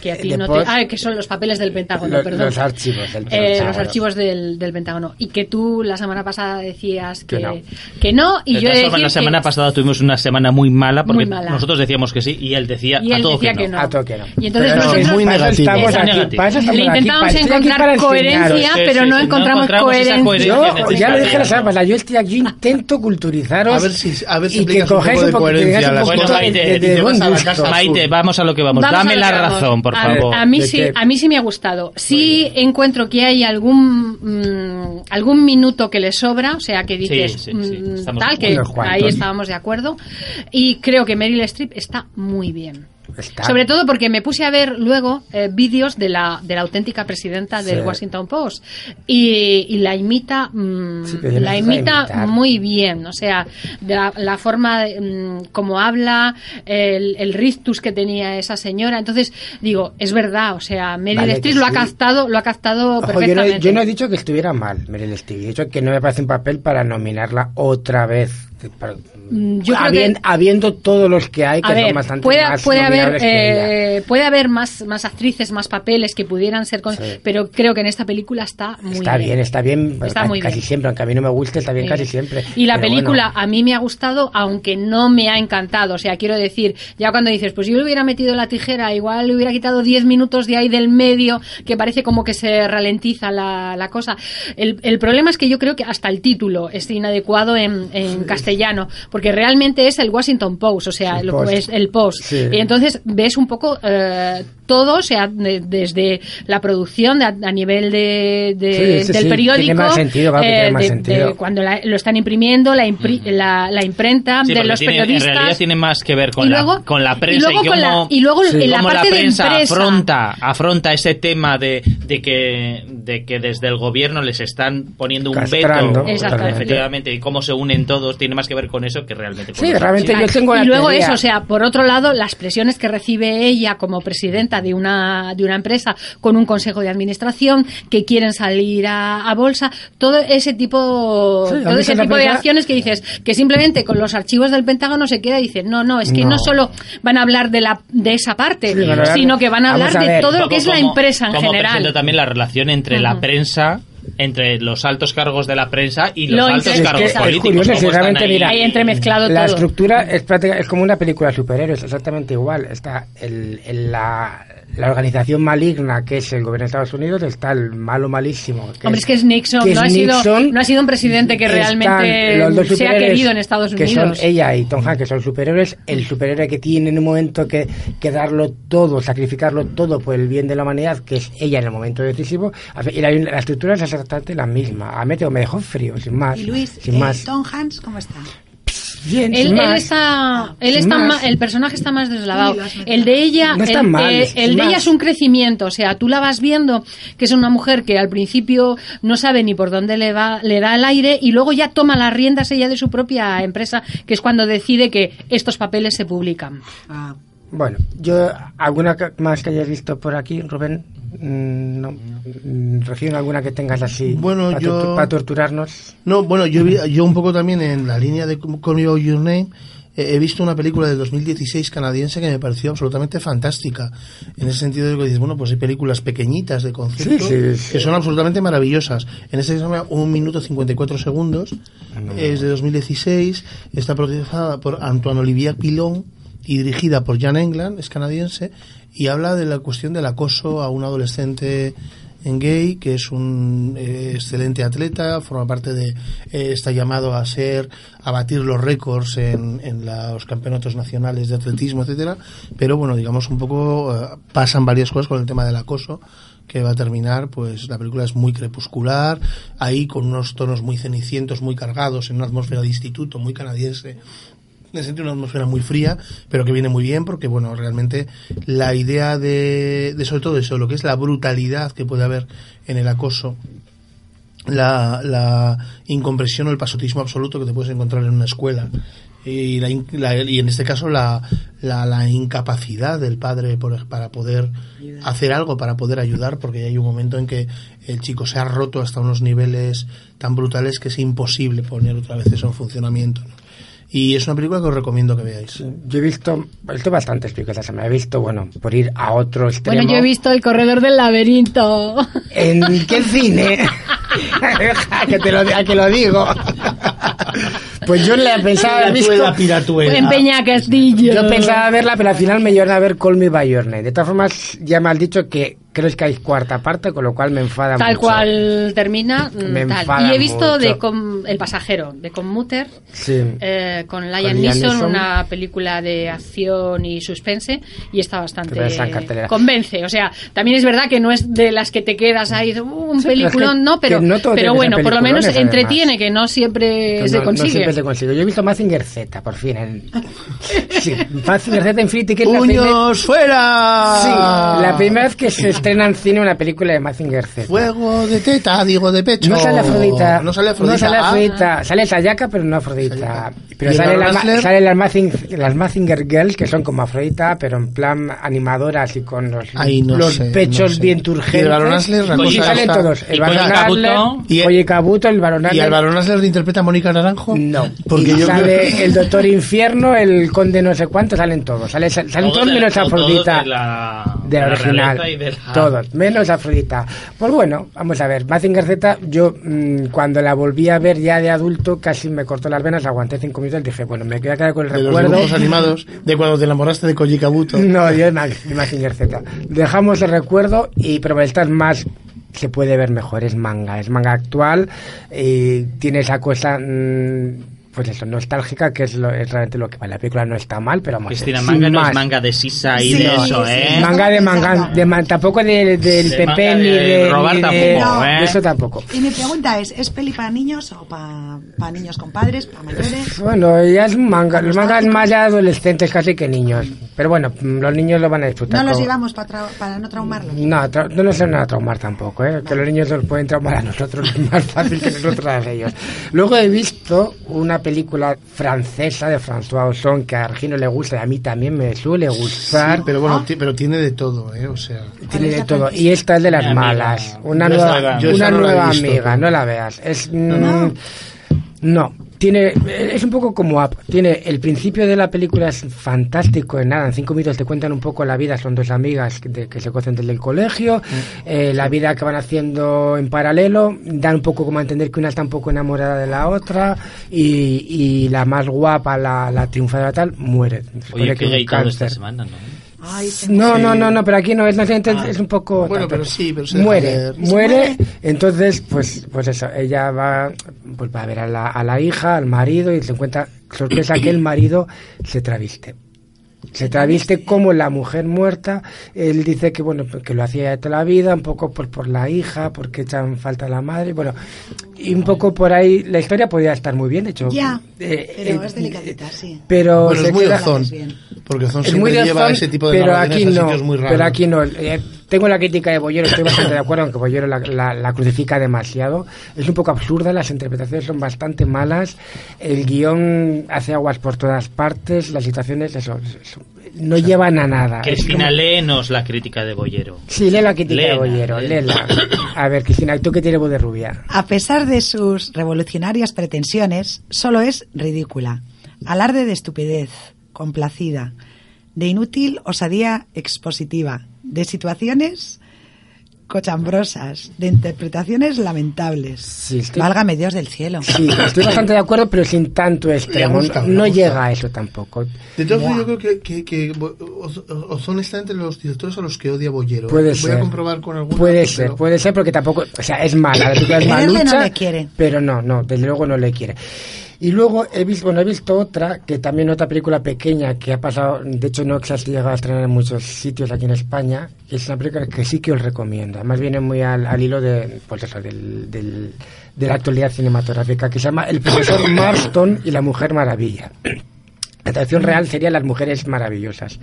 E: Que a ti
A: Eh, The
E: no
A: Post-
E: te... Ah, que son los papeles del Pentágono,
A: Los-
E: perdón.
A: los archivos del
E: Eh,
A: Pentágono.
E: los archivos del, del Pentágono. Y que tú la semana pasada decías que,
A: Que no.
E: que no, y
C: De
E: yo he
C: todas
E: de
C: formas,
E: decir
C: la semana
E: que-
C: pasada tuvimos una semana muy mala porque
E: Muy mala.
C: nosotros decíamos que sí y él decía
E: Y él
C: a todo
E: decía que no.
A: A todo que no.
E: Y entonces
A: Pero
D: nosotros-
A: es muy
D: Muy
A: para eso estamos
D: negativo.
C: Es
A: aquí,
C: negativo.
A: para eso estamos
E: Le
A: aquí,
E: intentamos
A: para- estoy aquí
E: encontrar
A: para enseñaros.
E: coherencia,
C: Sí,
E: pero
C: sí,
E: no
C: no
E: encontramos
C: encontramos esa
E: coherencia.
C: coherencia.
A: Yo ya lo dije la
C: Sí,
A: semana pasada, yo, estoy <laughs> aquí, yo intento culturizaros
D: A ver si- a ver si
A: y que
D: aplicas un
A: cogáis un
D: poco de
A: poco
D: coherencia
A: que
D: a
A: un
D: las
A: poco
C: cosas.
A: de-
C: Bueno,
A: de- de
D: Maite,
A: buen
D: te vas a la
A: gusto.
D: casa.
C: Maite,
D: Azul.
C: vamos a lo que vamos.
E: Vamos
C: Dame
E: a lo
C: la
E: que vamos.
C: razón, por
E: a,
C: favor.
E: A mí
A: ¿De
E: sí,
A: qué?
E: a mí sí me ha gustado. Sí encuentro que hay algún mm, algún minuto que le sobra, o sea, que dices
C: Sí, sí, sí,
E: mm,
C: estamos
E: tal
C: de
E: que
A: acuerdo. Unos
E: ahí
A: cuantos.
E: estábamos de acuerdo y creo que Meryl Streep está muy bien.
A: Está-
E: Sobre todo porque me puse a ver luego eh, vídeos de la, de la auténtica presidenta del
A: Sí.
E: Washington Post y, y la imita mm,
A: Sí, pero ya
E: la
A: no se va a
E: imita
A: imitar.
E: muy bien, o sea, de la, la forma de, mm, como habla, el, el rictus que tenía esa señora. Entonces digo, es verdad, o sea, Meryl
A: Vale,
E: Streep
A: que
E: lo ha
A: sí.
E: captado, lo ha captado
A: Ojo, yo, no,
E: perfectamente.
A: he- yo no he dicho que estuviera mal Meryl Streep, he dicho que no me parece un papel para nominarla otra vez. Para-
E: Mm, yo creo
A: Habien-
E: que-
A: habiendo todos los que hay, que
E: A ver,
A: son bastante
E: puede,
A: más
E: puede haber
A: nominables que ella.
E: eh, puede haber más más actrices, más papeles que pudieran ser, con-
A: Sí.
E: pero creo que en esta película está muy
A: está bien, está bien,
E: Está
A: ca-
E: muy
A: casi
E: bien.
A: siempre, aunque a mí no me guste, está bien
E: Sí.
A: casi siempre.
E: Y la
A: Pero
E: película
A: bueno,
E: a mí me ha gustado, aunque no me ha encantado. O sea, quiero decir, ya cuando dices, pues yo le hubiera metido la tijera, igual le hubiera quitado 10 minutos de ahí del medio, que parece como que se ralentiza la, la cosa. El, el problema es que yo creo que hasta el título es inadecuado en, en castellano, porque realmente es el Washington Post, o sea,
A: El
E: lo-
A: Post.
E: es el Post.
A: Sí.
E: Y entonces ves un poco eh, todo, o sea, de- desde la producción de- a, a nivel de, de-
A: Sí, sí,
E: del
A: sí,
E: periódico, eh,
A: tiene más sentido, claro que tiene más
E: de-
A: sentido.
E: de cuando la- lo están imprimiendo, la, impri- la, la imprenta
C: Sí,
E: de
C: porque
E: los
C: tiene-
E: periodistas.
C: En realidad tiene más que ver con,
E: Y
C: la,
E: luego-
C: con la
E: y
C: prensa y,
E: luego con la-
C: cómo,
E: y luego en la
C: cómo
E: parte de
C: prensa
E: empresa.
C: afronta, afronta ese tema de, de, que, de que desde el gobierno les están poniendo un
A: Castrando,
C: veto. pues,
E: Exactamente.
C: Efectivamente, y cómo se unen todos tiene más que ver con eso que realmente con
A: Sí,
C: los
A: realmente
C: archivos.
A: yo tengo la
E: y luego
A: teoría.
E: eso, o sea, por otro lado, las presiones que recibe ella como presidenta alta de una, de una empresa con un consejo de administración, que quieren salir a, a bolsa, todo ese tipo,
A: Sí, a mí
E: todo
A: se
E: ese
A: me
E: tipo de
A: aplica-
E: acciones que dices, que simplemente con los archivos del Pentágono se queda y dicen, no, no, es que no,
D: No.
E: solo van a hablar de la, de esa parte,
A: Sí, van a hablar-
E: sino que van a
A: Vamos
E: hablar
A: a
E: de
A: ver.
E: todo lo que es la
C: Como-
E: empresa en
C: como presenta
E: general.
C: también la relación entre la prensa, entre los altos cargos de la prensa y los
E: Lo
C: altos
E: interesante-
C: cargos
E: Es que es
C: políticos.
A: curioso,
C: cómo están
A: sinceramente,
C: ahí.
A: mira,
E: Ahí entremezclado
A: La
E: todo.
A: estructura es, práctica- es como una película de superhéroes, exactamente igual. Está el, el- la, la organización maligna que es el gobierno de Estados Unidos, está el malo malísimo.
E: Hombre, es que es Nixon,
A: que es
E: no, ha sido,
A: Nixon.
E: no ha sido un presidente que
A: Están los
E: realmente
A: dos
E: sea
A: superhéroes
E: querido en Estados
A: que
E: Unidos.
A: son ella y Tom Hanks, que son superhéroes, el superhéroe que tiene en un momento que, que darlo todo, sacrificarlo todo por el bien de la humanidad, que es ella en el momento decisivo, y la, la estructura es exactamente la misma. A mí te- me dejó frío, sin más.
B: Y Luis,
A: sin
B: eh,
A: Ah, más.
B: Tom Hanks, ¿cómo está?
A: Bien,
E: Él,
A: sin
E: él
A: más.
E: está, él
A: Sin
E: está
A: más.
E: ma- el personaje está más deslavado.
B: Sí, lo has metido.
E: El de ella,
A: No está
E: el,
A: mal,
E: eh,
A: es-
E: el
A: es
E: de ella
A: más.
E: es un crecimiento. O sea, tú la vas viendo que es una mujer que al principio no sabe ni por dónde le va, le da el aire y luego ya toma las riendas ella de su propia empresa, que es cuando decide que estos papeles se publican.
B: Ah,
A: Bueno, yo alguna ca- más que hayas visto por aquí, Rubén, Mm, no, Mm, recién alguna que tengas así
D: Bueno,
A: para,
D: yo-
A: para torturarnos.
D: No, bueno, yo, vi- yo un poco también en la línea de Call Me By Your Name eh, he visto una película de 2016 canadiense que me pareció absolutamente fantástica. En ese sentido de que dices, bueno, pues hay películas pequeñitas de concepto
A: Sí, sí, sí.
D: que son absolutamente maravillosas. En este que se llama 1 minuto 54 segundos, es de 2016, está protagonizada por Antoine Olivier Pilon y dirigida por Jan England, es canadiense, y habla de la cuestión del acoso a un adolescente en gay, que es un eh, excelente atleta, forma parte de, eh, está llamado a ser, a batir los récords en, en la- los campeonatos nacionales de atletismo, etcétera, pero bueno, digamos un poco eh, pasan varias cosas con el tema del acoso, que va a terminar, pues la película es muy crepuscular, ahí con unos tonos muy cenicientos, muy cargados, en una atmósfera de instituto muy canadiense, me sentí una atmósfera muy fría, pero que viene muy bien porque, bueno, realmente la idea de, de sobre todo eso, lo que es la brutalidad que puede haber en el acoso, la, la incompresión o el pasotismo absoluto que te puedes encontrar en una escuela. Y, la in- la- y en este caso la, la, la incapacidad del padre por- para poder hacer algo, para poder ayudar, porque hay un momento en que el chico se ha roto hasta unos niveles tan brutales que es imposible poner otra vez eso en funcionamiento. ¿no? Y es una película que os recomiendo que veáis.
A: Yo he visto, he visto bastantes películas, se me he visto, bueno, por ir a otro extremo.
E: Bueno, yo he visto El Corredor del Laberinto.
A: ¿En qué cine? Deja <laughs> que te lo, a que lo digo. pues yo la pensaba haber visto. Pues, ah,
E: en Peña Castillo.
A: Yo pensaba verla, pero al final me llevaron a ver Call Me By Your Name. De todas formas, ya me han dicho que creo que hay cuarta parte, con lo cual me enfada
E: Tal
A: mucho.
E: cual termina. mm,
A: Me
E: tal.
A: enfada
E: Y he visto
A: mucho.
E: de Com- El pasajero, de Commuter,
A: Sí.
E: eh, con Liam
A: Liam
E: Neeson,
A: Neeson.
E: una película de acción y suspense, y está bastante.
A: Que ves en cartelera.
E: Convence. O sea, también es verdad que no es de las que te quedas ahí, "Uh, un
A: Sí, pero es
E: peliculón,
A: que-
E: no, pero,
A: que no todo tiene
E: pero
A: que
E: bueno,
A: ser
E: por lo menos
A: peliculones,
E: entretiene,
A: además.
E: que no siempre
A: Que
E: se
A: no- no
E: consigue. Pues
A: siempre se consigue. Yo he visto Mazinger Z, por fin.
E: <laughs>
A: En... sí, Mazinger Z en Free Ticket. la primera-
D: ¡Puños fuera!
A: Sí, la primera vez que se estrena en cine una película de Mazinger Z.
D: Fuego de teta, digo de pecho.
A: No sale Afrodita.
D: No sale Afrodita.
A: No sale
D: Ah,
A: Afrodita. Sale Sayaka, pero no Afrodita.
D: Sayaka.
A: Pero
D: ¿Y el
A: sale,
D: Lord
A: la ma-
D: Russell?
A: sale las, Mazing- las Mazinger Girls, que son como Afrodita, pero en plan animadoras y con los,
D: Ahí no
A: los
D: sé, no
A: pechos
D: sé.
A: bien
D: Y el
A: turgentes.
D: Baron Asler, la
A: y
D: cosa
A: salen
D: está-
A: todos.
C: y
A: El Baron
C: Polly Cabuto.
A: Asler, Oye Cabuto, el Baron
D: ¿Y al
A: Asler.
D: Barón Asler le interpreta Mónica Naranjo?
A: No,
D: Porque
A: Y
D: yo
A: sale
D: creo-
A: el Doctor Infierno, el Conde no sé cuánto, salen todos. Sale, salen todos,
C: Todos de la-
A: menos
C: todos
A: Afrodita. de
C: De la,
A: la
C: de la
A: original.
C: realeza y de la-
A: Todos, menos Afrodita. Pues bueno, vamos a ver. Mazinger Z, yo mm, cuando la volví a ver ya de adulto, casi me cortó las venas, aguanté cinco minutos y dije, bueno, me queda quedar con el
D: De los
A: recuerdo. <laughs>
D: dibujos animados, de cuando te enamoraste de Koji Kabuto.
A: No, yo de Ma- de Mazinger Z. Dejamos el recuerdo y pero estas más se puede ver mejor, es manga, es manga actual y tiene esa cosa mm, pues eso, nostálgica, que es, lo- es realmente lo que vale. La película no está mal, pero vamos.
C: Cristina,
A: sin
C: manga no es
A: más.
C: manga de sisa y
B: Sí,
C: de
B: no,
C: eso,
B: sí,
C: ¿eh?
B: sí.
A: Manga de manga, de man- tampoco de- del
C: De
A: PP
C: manga
A: ni
C: de
A: de.
C: robar
A: ni
C: tampoco,
A: de
C: ¿eh?
A: Eso tampoco.
B: Y mi pregunta es, ¿es peli para niños o para, para niños con padres, para mayores?
A: Bueno, ya es un manga. Los mangas más ya adolescentes casi que niños. Pero bueno, mm, los niños lo van a disfrutar.
B: No los
A: como-
B: llevamos para, tra- para no traumarlos.
A: No, tra- no nos van a traumar tampoco, ¿eh? que los niños nos pueden traumar a nosotros es más fácil que nosotros a ellos. Luego he visto una película francesa de François Ozon que a Argino le gusta y a mí también me suele gustar. Ah.
D: Sí, pero bueno, ti- pero tiene de todo, ¿eh? O sea,
A: Tiene de
B: Esa
A: todo.
B: francesa.
A: Y esta es de las
C: Mi amiga.
A: malas. Una
C: Yo esa no
A: nueva,
C: la-
D: yo
A: una
D: esa no la he
A: nueva
D: visto,
A: amiga,
D: pero-
A: no la veas. Es, mm,
B: no.
A: no. Tiene, es un poco como Up. Tiene, el principio de la película es fantástico. En nada, en cinco minutos te cuentan un poco la vida. Son dos amigas de- que se conocen desde el colegio. eh, la vida que van haciendo en paralelo. Dan un poco como a entender que una está un poco enamorada de la otra. Y, y la más guapa, la, la triunfadora tal, muere. Se
C: Oye,
A: supone
C: qué
A: es un
C: gaitado esta
A: cáncer.
C: semana, ¿no?
B: Ay, se-
A: No, no, no, no, pero aquí no es, no, es, es un poco...
D: Ah. Bueno,
A: tal,
D: pero sí, pero se deja
A: muere,
D: leer.
A: muere, entonces, pues, pues eso, ella va, pues va a ver a la, a la hija, al marido, y se encuentra, sorpresa que el marido se traviste. Se traviste como la mujer muerta, él dice que bueno, que lo hacía de toda la vida, un poco por, por la hija, porque echan falta a la madre, bueno, y un poco por ahí, la historia podría estar muy bien, de hecho.
B: Ya,
A: eh,
B: pero
A: eh,
B: es delicadita, sí.
A: Pero
D: bueno,
A: se
D: es muy
A: queda-
D: ozón.
B: bien.
D: Porque ozón
A: es muy
D: siempre
A: de
D: lleva
A: fan,
D: ese tipo de
A: pero
D: narraciones
A: aquí
D: a
A: no,
D: sitios muy raros.
A: pero aquí no. Eh, tengo la crítica de Bollero, estoy bastante de acuerdo, aunque Bollero la, la- la crucifica demasiado. Es un poco absurda, las interpretaciones son bastante malas, el guión hace aguas por todas partes, las situaciones eso, eso, no llevan a
B: Ah,
A: nada. Es
C: Cristina,
A: como-
C: léenos la crítica de Bollero.
A: Sí, lee la crítica
C: Lena,
A: de Bollero,
C: Lena.
A: léela. A ver, Cristina, ¿tú qué tienes voz de rubia?
B: A pesar de sus revolucionarias pretensiones, solo es ridícula, alarde de estupidez, complacida, de inútil osadía expositiva, de situaciones cochambrosas, de interpretaciones lamentables.
A: Sí, estoy-
B: Válgame Dios del cielo.
A: Sí, estoy bastante de acuerdo, pero sin tanto extremo.
D: gusta, le
A: no
D: gusta.
A: llega a eso tampoco.
D: De todas formas, yo creo que, que, que Bo- Oz- Ozón está entre los directores a los que odia Bollero.
A: Puede
D: Voy
A: ser.
D: a comprobar con alguna.
A: Puede
D: pero-
A: ser, puede ser porque tampoco, o sea, es mala, la película es
B: Quererle
A: malucha,
B: no le quiere.
A: pero no, no, desde luego no le quiere. Y luego he visto, bueno, he visto otra, que también otra película pequeña que ha pasado, de hecho no se ha llegado a estrenar en muchos sitios aquí en España, y es una película que sí que os recomiendo, además viene muy al, al hilo de, pues eso, del, del- de la actualidad cinematográfica, que se llama El profesor Marston y la mujer maravilla. La traducción real sería Las mujeres maravillosas.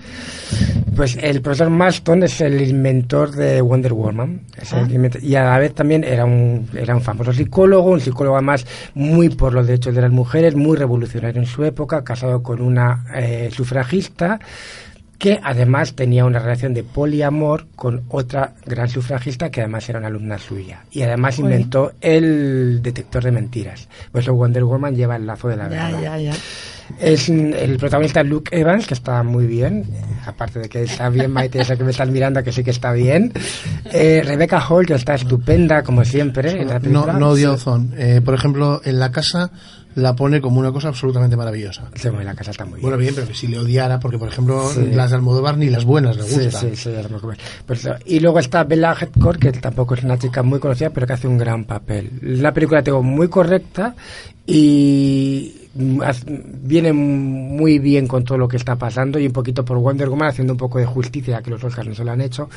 A: Pues el profesor Maston es el inventor de Wonder Woman. Es el inventor- y a la vez también era un, era un famoso psicólogo, un psicólogo además muy por los derechos de las mujeres, muy revolucionario en su época, casado con una eh, sufragista que además tenía una relación de poliamor con otra gran sufragista que además era una alumna suya. Y además
B: Joder.
A: inventó el detector de mentiras. Por eso Wonder Woman lleva el lazo de la
B: Ya,
A: verdad.
B: ya, ya.
A: Es mm, el protagonista Luke Evans, que está muy bien, eh, aparte de que está bien Maite, esa que me estás mirando, que sí que está bien. Eh, Rebecca Hall, que está estupenda, como siempre. en la
D: No,
A: película.
D: no odia Ozón. Eh, por ejemplo, en la casa la pone como una cosa absolutamente maravillosa.
A: Se mueve la casa, está muy bien.
D: Bueno, bien, pero que si le odiara, porque por ejemplo,
A: Sí.
D: las de Almodóvar ni las buenas le
A: Sí,
D: gustan.
A: sí, sí, ya lo hemos comentado. Por eso- y luego está Bella Headcourt, que tampoco es una chica muy conocida, pero que hace un gran papel. La película tengo muy correcta y mm, haz- viene muy bien con todo lo que está pasando y un poquito por Wonder Woman haciendo un poco de justicia que los Oscars no se lo han hecho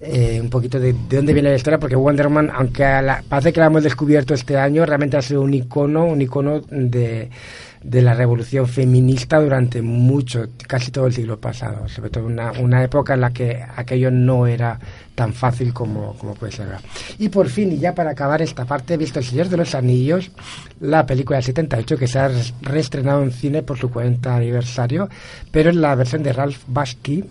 A: eh, un poquito de, de dónde viene la historia porque Wonder Woman aunque a la- parece que la hemos descubierto este año realmente ha sido un icono un icono de, de la revolución feminista durante mucho, casi todo el siglo pasado, sobre todo una, una época en la que aquello no era tan fácil como, como puede ser ahora. Y por fin, y ya para acabar esta parte, he visto El Señor de los Anillos, la película del 78 que se ha res- reestrenado en cine por su 40 aniversario, pero en la versión de Ralph Bakshi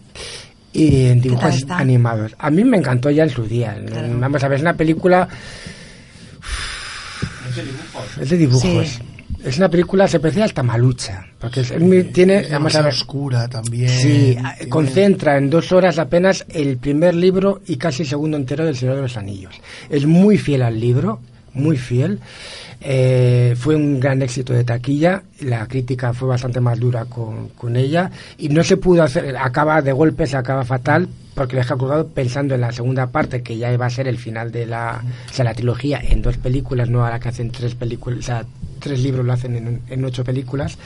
A: y en dibujos
B: está?
A: animados. A mí me encantó ya en su día.
B: Claro.
A: Vamos a ver, es una película es de dibujos.
B: Sí.
A: Es una película, se parecía hasta malucha. Porque es- muy- tiene,
D: Es
A: vamos a
D: demasiado
A: ver,
D: oscura también.
A: sí, ah,
D: Tiene-
A: concentra en dos horas apenas el primer libro y casi el segundo entero del Señor de los Anillos. Es muy fiel al libro, muy fiel. Eh, fue un gran éxito de taquilla, la crítica fue bastante más dura con, con ella y no se pudo hacer, acaba de golpe, se acaba fatal porque les ha colgado pensando en la segunda parte que ya iba a ser el final de la, o sea, la trilogía en dos películas, no ahora que hacen tres películas, o sea, tres libros lo hacen en- en ocho películas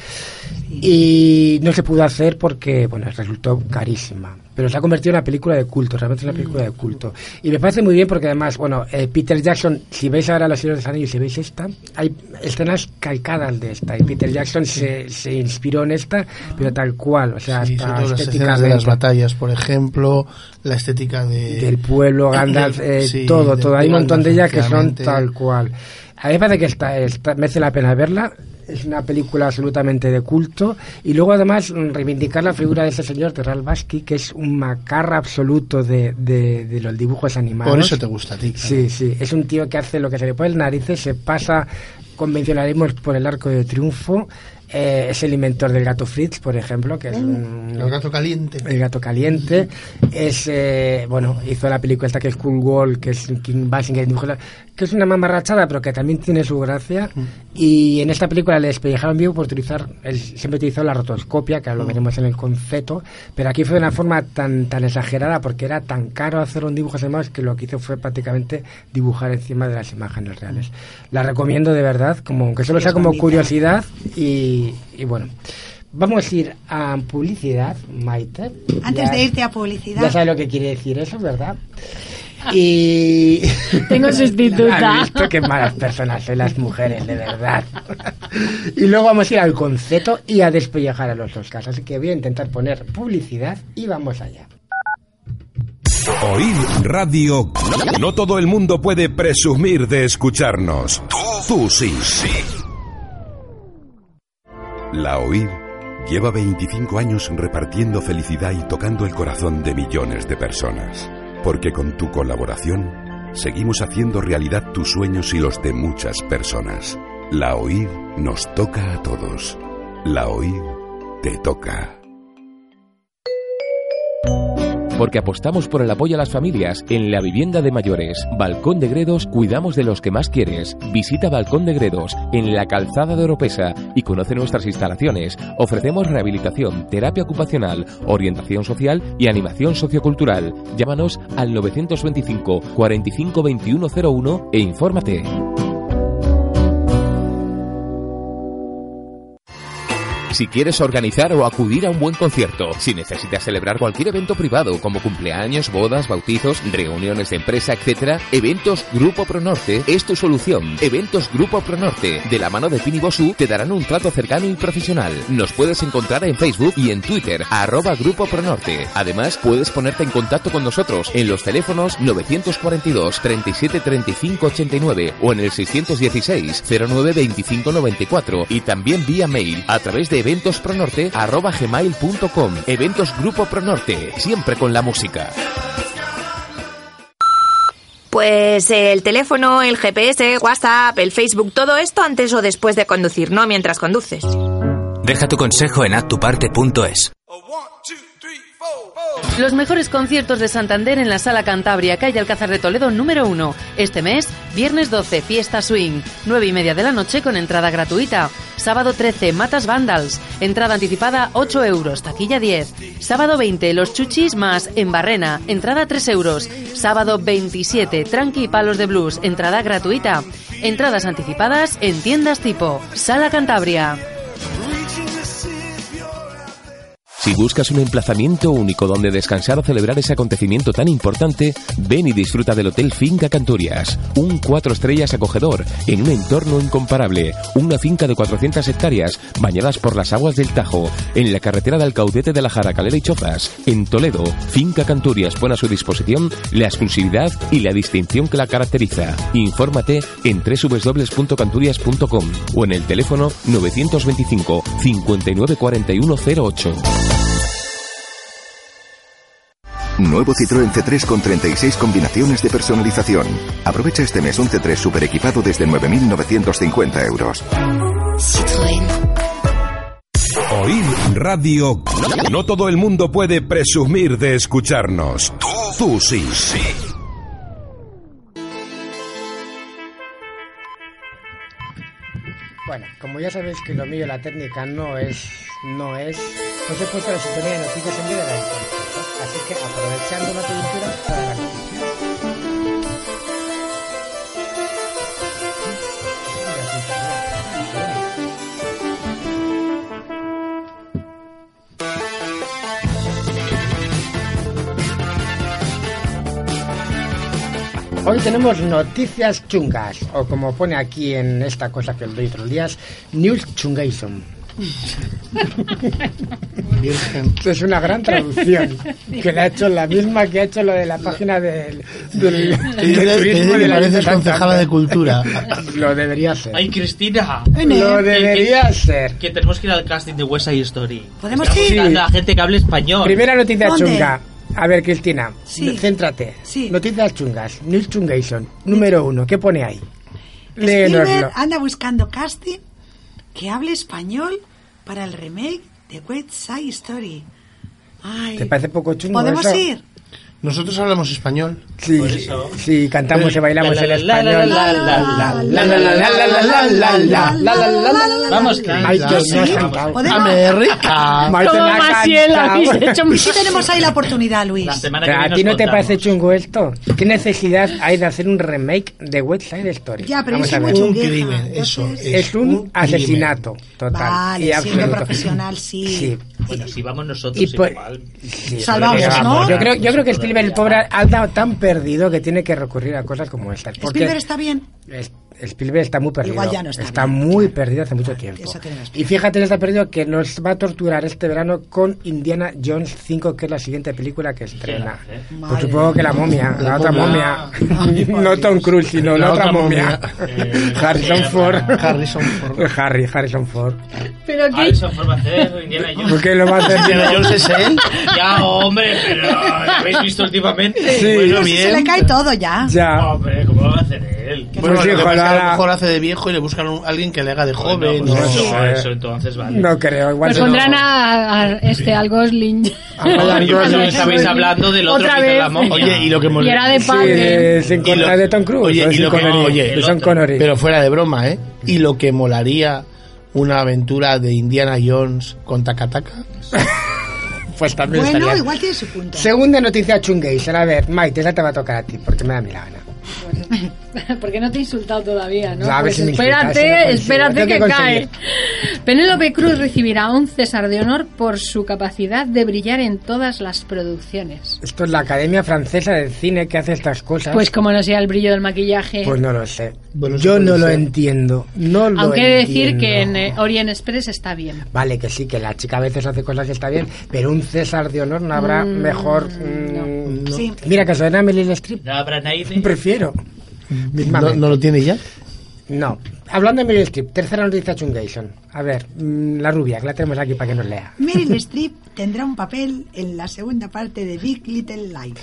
A: y no se pudo hacer porque bueno resultó carísima pero se ha convertido en una película de culto realmente es una película de culto y me parece muy bien porque además bueno eh, Peter Jackson si veis ahora los señores de los anillos y si veis esta hay escenas calcadas de esta y Peter Jackson se, se inspiró en esta pero tal cual o sea
D: Sí, sobre
A: hasta
D: todo las escenas de las
A: estéticamente
D: batallas, por ejemplo, la estética de...
A: del pueblo, Gandalf,
D: del-
A: eh,
D: Eh, sí,
A: todo,
D: del
A: todo. Hay un
D: Gandalf,
A: montón de ellas que son
D: efectivamente.
A: tal cual. A mí me parece que está, está- merece la pena verla. Es una película absolutamente de culto. Y luego, además, mm, reivindicar la figura de ese señor, Terral Basqui, que es un macarra absoluto de, de, de los dibujos animados.
D: Por eso te gusta a ti. claro.
A: Sí, sí. Es un tío que hace lo que se le pone el narices, se pasa convencionalismos por el arco de triunfo. Eh, es el inventor del gato Fritz, por ejemplo, que es un,
D: Mm. El gato caliente.
A: el gato caliente es eh, bueno hizo la película esta que es Cool Wall que es King Basinger dibujo la- que es una mamarrachada pero que también tiene su gracia y en esta película le despellejaron vivo por utilizar él siempre utilizó la rotoscopia que ahora
B: Mm.
A: lo veremos en el concepto pero aquí fue de una forma tan tan exagerada porque era tan caro hacer un dibujo animado que lo que hizo fue prácticamente dibujar encima de las imágenes reales la recomiendo de verdad como aunque solo
B: Es
A: sea como
B: bonita.
A: curiosidad y, y bueno Vamos a ir a publicidad, Maite.
B: Antes
A: Ya-
B: de irte a
A: Ya
B: publicidad,
A: sabes lo que quiere decir eso, ¿verdad? Y... <laughs>
E: Tengo sustituta.
A: ¿Has visto qué malas personas son las mujeres, de verdad. Y luego vamos a ir al concepto y a despellejar a los Oscars. Así que voy a intentar poner publicidad y vamos allá.
F: Oír Radio. No todo el mundo puede presumir de escucharnos. Tú sí. La Oír lleva 25 años repartiendo felicidad y tocando el corazón de millones de personas. Porque con tu colaboración seguimos haciendo realidad tus sueños y los de muchas personas. La Oír nos toca a todos. La Oír te toca.
G: Porque apostamos por el apoyo a las familias en la vivienda de mayores. Balcón de Gredos, cuidamos de los que más quieres. Visita Balcón de Gredos en la calzada de Oropesa y conoce nuestras instalaciones. Ofrecemos rehabilitación, terapia ocupacional, orientación social y animación sociocultural. Llámanos al 925 45 2101 e infórmate. Si quieres organizar o acudir a un buen concierto, si necesitas celebrar cualquier evento privado como cumpleaños, bodas, bautizos, reuniones de empresa, etc., Eventos Grupo Pronorte es tu solución. Eventos Grupo Pronorte, de la mano de Pini Bosu, te darán un trato cercano y profesional. Nos puedes encontrar en Facebook y en Twitter, arroba Grupo Pronorte. Además, puedes ponerte en contacto con nosotros en los teléfonos 942 37 35 89 o en el 616 09 25 94 y también vía mail a través de eventospronorte@gmail.com. Eventos Grupo Pronorte, siempre con la música.
H: Pues eh, el teléfono, el GPS, WhatsApp, el Facebook, todo esto antes o después de conducir, no mientras conduces.
I: Deja tu consejo en actuparte.es.
J: Los mejores conciertos de Santander en la Sala Cantabria, calle Alcázar de Toledo número 1. Este mes, viernes 12, fiesta swing, 9 y media de la noche con entrada gratuita. Sábado 13, Matas Vandals, entrada anticipada 8 euros, taquilla 10. Sábado 20, Los Chuchis más, en Barrena, entrada 3 euros. Sábado 27, Tranqui y Palos de Blues, entrada gratuita. Entradas anticipadas en tiendas tipo Sala Cantabria.
G: Si buscas un emplazamiento único donde descansar o celebrar ese acontecimiento tan importante, ven y disfruta del Hotel Finca Canturias. Un cuatro estrellas acogedor, en un entorno incomparable. Una finca de 400 hectáreas, bañadas por las aguas del Tajo, en la carretera del Caudete de la Jara, Calera y Chozas. En Toledo, Finca Canturias pone a su disposición la exclusividad y la distinción que la caracteriza. Infórmate en www.canturias.com o en el teléfono 925 59 41 08.
F: Nuevo Citroën C3 con 36 combinaciones de personalización. Aprovecha este mes un C3 super equipado desde 9.950 euros.
K: Oír
F: Radio. No todo el mundo puede presumir de escucharnos. Tú sí.
A: Bueno, como ya sabéis que lo mío, la técnica, no es... No es... Pues he puesto la sintonía de noticias en vida de la Encuentro. Así que aprovechando la coyuntura para las noticias. Hoy tenemos noticias chungas, o como pone aquí en esta cosa que os doy otros días, News Chungation.
D: Virgen.
A: Es una gran
D: <laughs>
A: traducción que la ha hecho la misma que ha hecho lo de la página del, del,
D: Te
A: del
D: dice-
A: turismo
D: te dice
A: de
D: que
A: la
D: pareces
A: Virgen
D: concejala
A: Santa.
D: de cultura.
A: Lo debería hacer.
C: ¡Ay, Cristina!
A: Lo
C: Que- que-
A: debería ser.
C: Que tenemos que ir al casting de West Side Story.
B: ¿Podemos
C: Estamos
B: ir?
C: buscando a gente que hable español.
A: Primera noticia
B: ¿Dónde?
A: chunga. A ver, Cristina,
B: Sí.
A: céntrate.
B: Sí.
A: Noticias chungas. Neil Chungation, número uno. ¿Qué pone ahí?
B: Spielberg
A: Léenoslo.
B: anda buscando casting que hable español para el remake de West Side Story. Ay,
A: ¿Te parece poco chungo
B: ¿Podemos
A: eso?
B: ir?
D: Nosotros hablamos español.
A: Sí,
C: Por eso.
A: sí, cantamos y bailamos en
C: La, la, la,
A: español.
C: la, la, la, la, la, la, la, la, la, la, la, la, la. Vamos, que-
A: Ay, que
D: Dios
A: no has
D: mío.
A: cantado.
B: Podemos.
D: América.
A: Maite
E: Como
A: no ha
E: Maciel,
A: cantado.
E: habéis
A: <laughs>
E: hecho
B: Y si tenemos ahí la oportunidad, Luis.
C: La semana que
A: Pero
C: viene
A: ¿A ti
C: os
A: no te
C: contamos.
A: parece chungo esto? ¿Qué necesidad hay de hacer un remake de West Side Story?
B: Ya, pero
A: Vamos
B: eso
A: a
B: es
A: ver.
B: muy
D: Un
B: Vieja,
D: crimen, eso.
B: entonces-
A: Es un asesinato total
B: Vale,
A: y
B: siendo
A: absoluto.
B: profesional, sí.
A: Sí.
C: Bueno, si vamos
A: Y
C: nosotros
A: por-
C: igual.
A: Sí,
B: Salvamos,
A: pero
B: ¿no?
A: vamos, Yo creo, yo creo que
C: Todavía.
A: Spielberg, el pobre, ha dado tan perdido que tiene que recurrir a cosas como estas. Porque
B: Spielberg está bien.
A: Es- Spielberg está muy perdido.
B: Igual ya no está bien,
A: muy perdido hace mucho tiempo.
B: eso tiene razón.
A: Y fíjate, está perdido que nos va a torturar este verano con Indiana Jones 5, que es la siguiente película que estrena.
C: Qué grande,
A: Pues
B: Madre
A: supongo que la momia, la,
D: La
A: otra momia.
D: momia. Ah,
A: <laughs> no Tom Cruise, sino la, otra momia.
C: Eh,
A: Harrison
C: eh,
A: Ford.
D: Harrison Ford.
A: <laughs> Harry, Harrison Ford.
E: Pero que
C: Harrison Ford va a hacer Indiana
A: ¿Por
C: Jones.
A: qué lo va a
C: <laughs>
A: hacer?
D: Indiana Jones es él.
C: Ya, hombre, pero ¿lo habéis visto últimamente?
A: Sí.
C: Bueno,
B: Pero si se le
C: bien.
B: cae todo ya.
A: Ya.
C: Hombre, ¿cómo lo va a hacer él?
D: Bueno,
A: Pues
D: lo que pasa es que a
A: ojalá-
D: lo mejor hace de viejo y le buscan un- alguien que le haga de joven.
C: Bueno, pues
D: o-
A: no.
C: eso, eso entonces vale.
A: No creo, igual
E: Pues
A: no.
E: pondrán a, a este
B: <laughs>
E: al Gosling.
A: Ryan
C: Yo creo que
A: Gosling.
C: estabais hablando del otro
E: Otra
C: que hizo
E: vez.
C: la momia.
D: Oye, y lo que
E: Y
D: mole-
E: era de
A: Sí,
E: padre.
A: eh, sin
D: Y lo-
A: la de Tom Cruise.
D: Oye,
A: o
D: y
A: sin
D: lo que-
A: Connery.
D: oye,
A: Que
C: el
A: son
C: otro.
A: Connery.
D: Pero fuera de broma, ¿eh? Y lo que molaría una aventura de Indiana Jones con Takataka.
A: pues también
B: Bueno,
A: estaría-
B: igual tiene su punto.
A: Segunda noticia chungueisera. A ver, Maite, esa te va a tocar a ti, porque me da mi la gana.
E: <laughs> Porque no te he insultado todavía, ¿no?
A: A ver
E: Pues
A: si me insultas,
E: espérate,
A: si no consigo.
E: espérate
A: Tengo que
E: que cae.
A: conseguir.
E: Penélope Cruz recibirá un César de Honor por su capacidad de brillar en todas las producciones.
A: Esto es la Academia Francesa del Cine que hace estas cosas.
E: Pues como no sea el brillo del maquillaje.
A: Pues no lo sé.
D: Bueno,
A: Yo
D: eso
A: no
D: puede
A: lo
D: ser.
A: entiendo. No lo
E: Aunque he de decir
A: entiendo.
E: que en eh, Orient Express está bien.
A: Vale, que sí, que la chica a veces hace cosas que está bien, pero un César de honor no habrá mejor. mm,
B: Sí.
A: Mira, que suena a Meryl Streep.
C: No habrá nadie.
A: <laughs> Prefiero.
D: ¿No,
A: Mismamente.
D: no lo tiene ya?
A: No. Hablando de Meryl Streep, tercera noticia chungation. A ver, mm, la rubia, que la tenemos aquí para que nos lea.
B: Meryl Streep tendrá un papel en la segunda parte de Big Little Lies.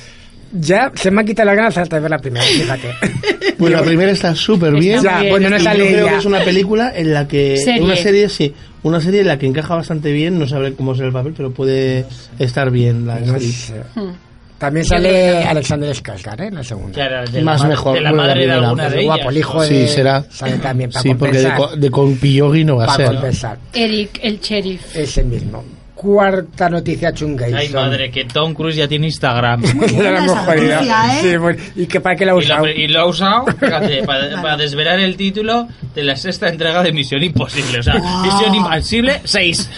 A: Ya se me han quitado las ganas hasta de ver la primera, fíjate.
D: Pues la primera está súper bien.
A: ya,
E: bien.
A: bueno, no
D: Y
A: está
D: yo creo
A: ella.
D: que es una película en la que
E: Serie.
D: una serie sí una serie en la que encaja bastante bien no sabré cómo será el papel pero puede estar bien la
A: No
D: actriz.
A: sé.
E: Hmm.
A: También sale Alexander Skarsgård ¿eh? en la segunda.
C: Claro, de la
D: Más
C: ma-
D: mejor,
C: De la
D: bueno, la
C: madre de
D: primera,
C: alguna
D: pues,
C: de ellas.
A: guapo, el hijo
D: Sí,
A: de...
D: será.
A: Sale también para
D: sí porque de,
A: compensar.
D: co- de con Pillogi no va a
A: para
D: ser
A: compensar.
E: Eric, el sheriff.
A: Ese mismo. Cuarta noticia chunga. y
C: Ay,
A: son-
C: madre, que Tom Cruise ya tiene Instagram.
A: Ya <laughs> la
B: buena
A: hemos
B: esa
A: jodido.
B: noticia, ¿eh?
A: Sí, bueno, y que para qué la ha
C: Y lo,
A: usado.
C: y lo ha usado fíjate, para, para desvelar el título de la sexta entrega de Misión Imposible. O sea, Misión Imposible 6.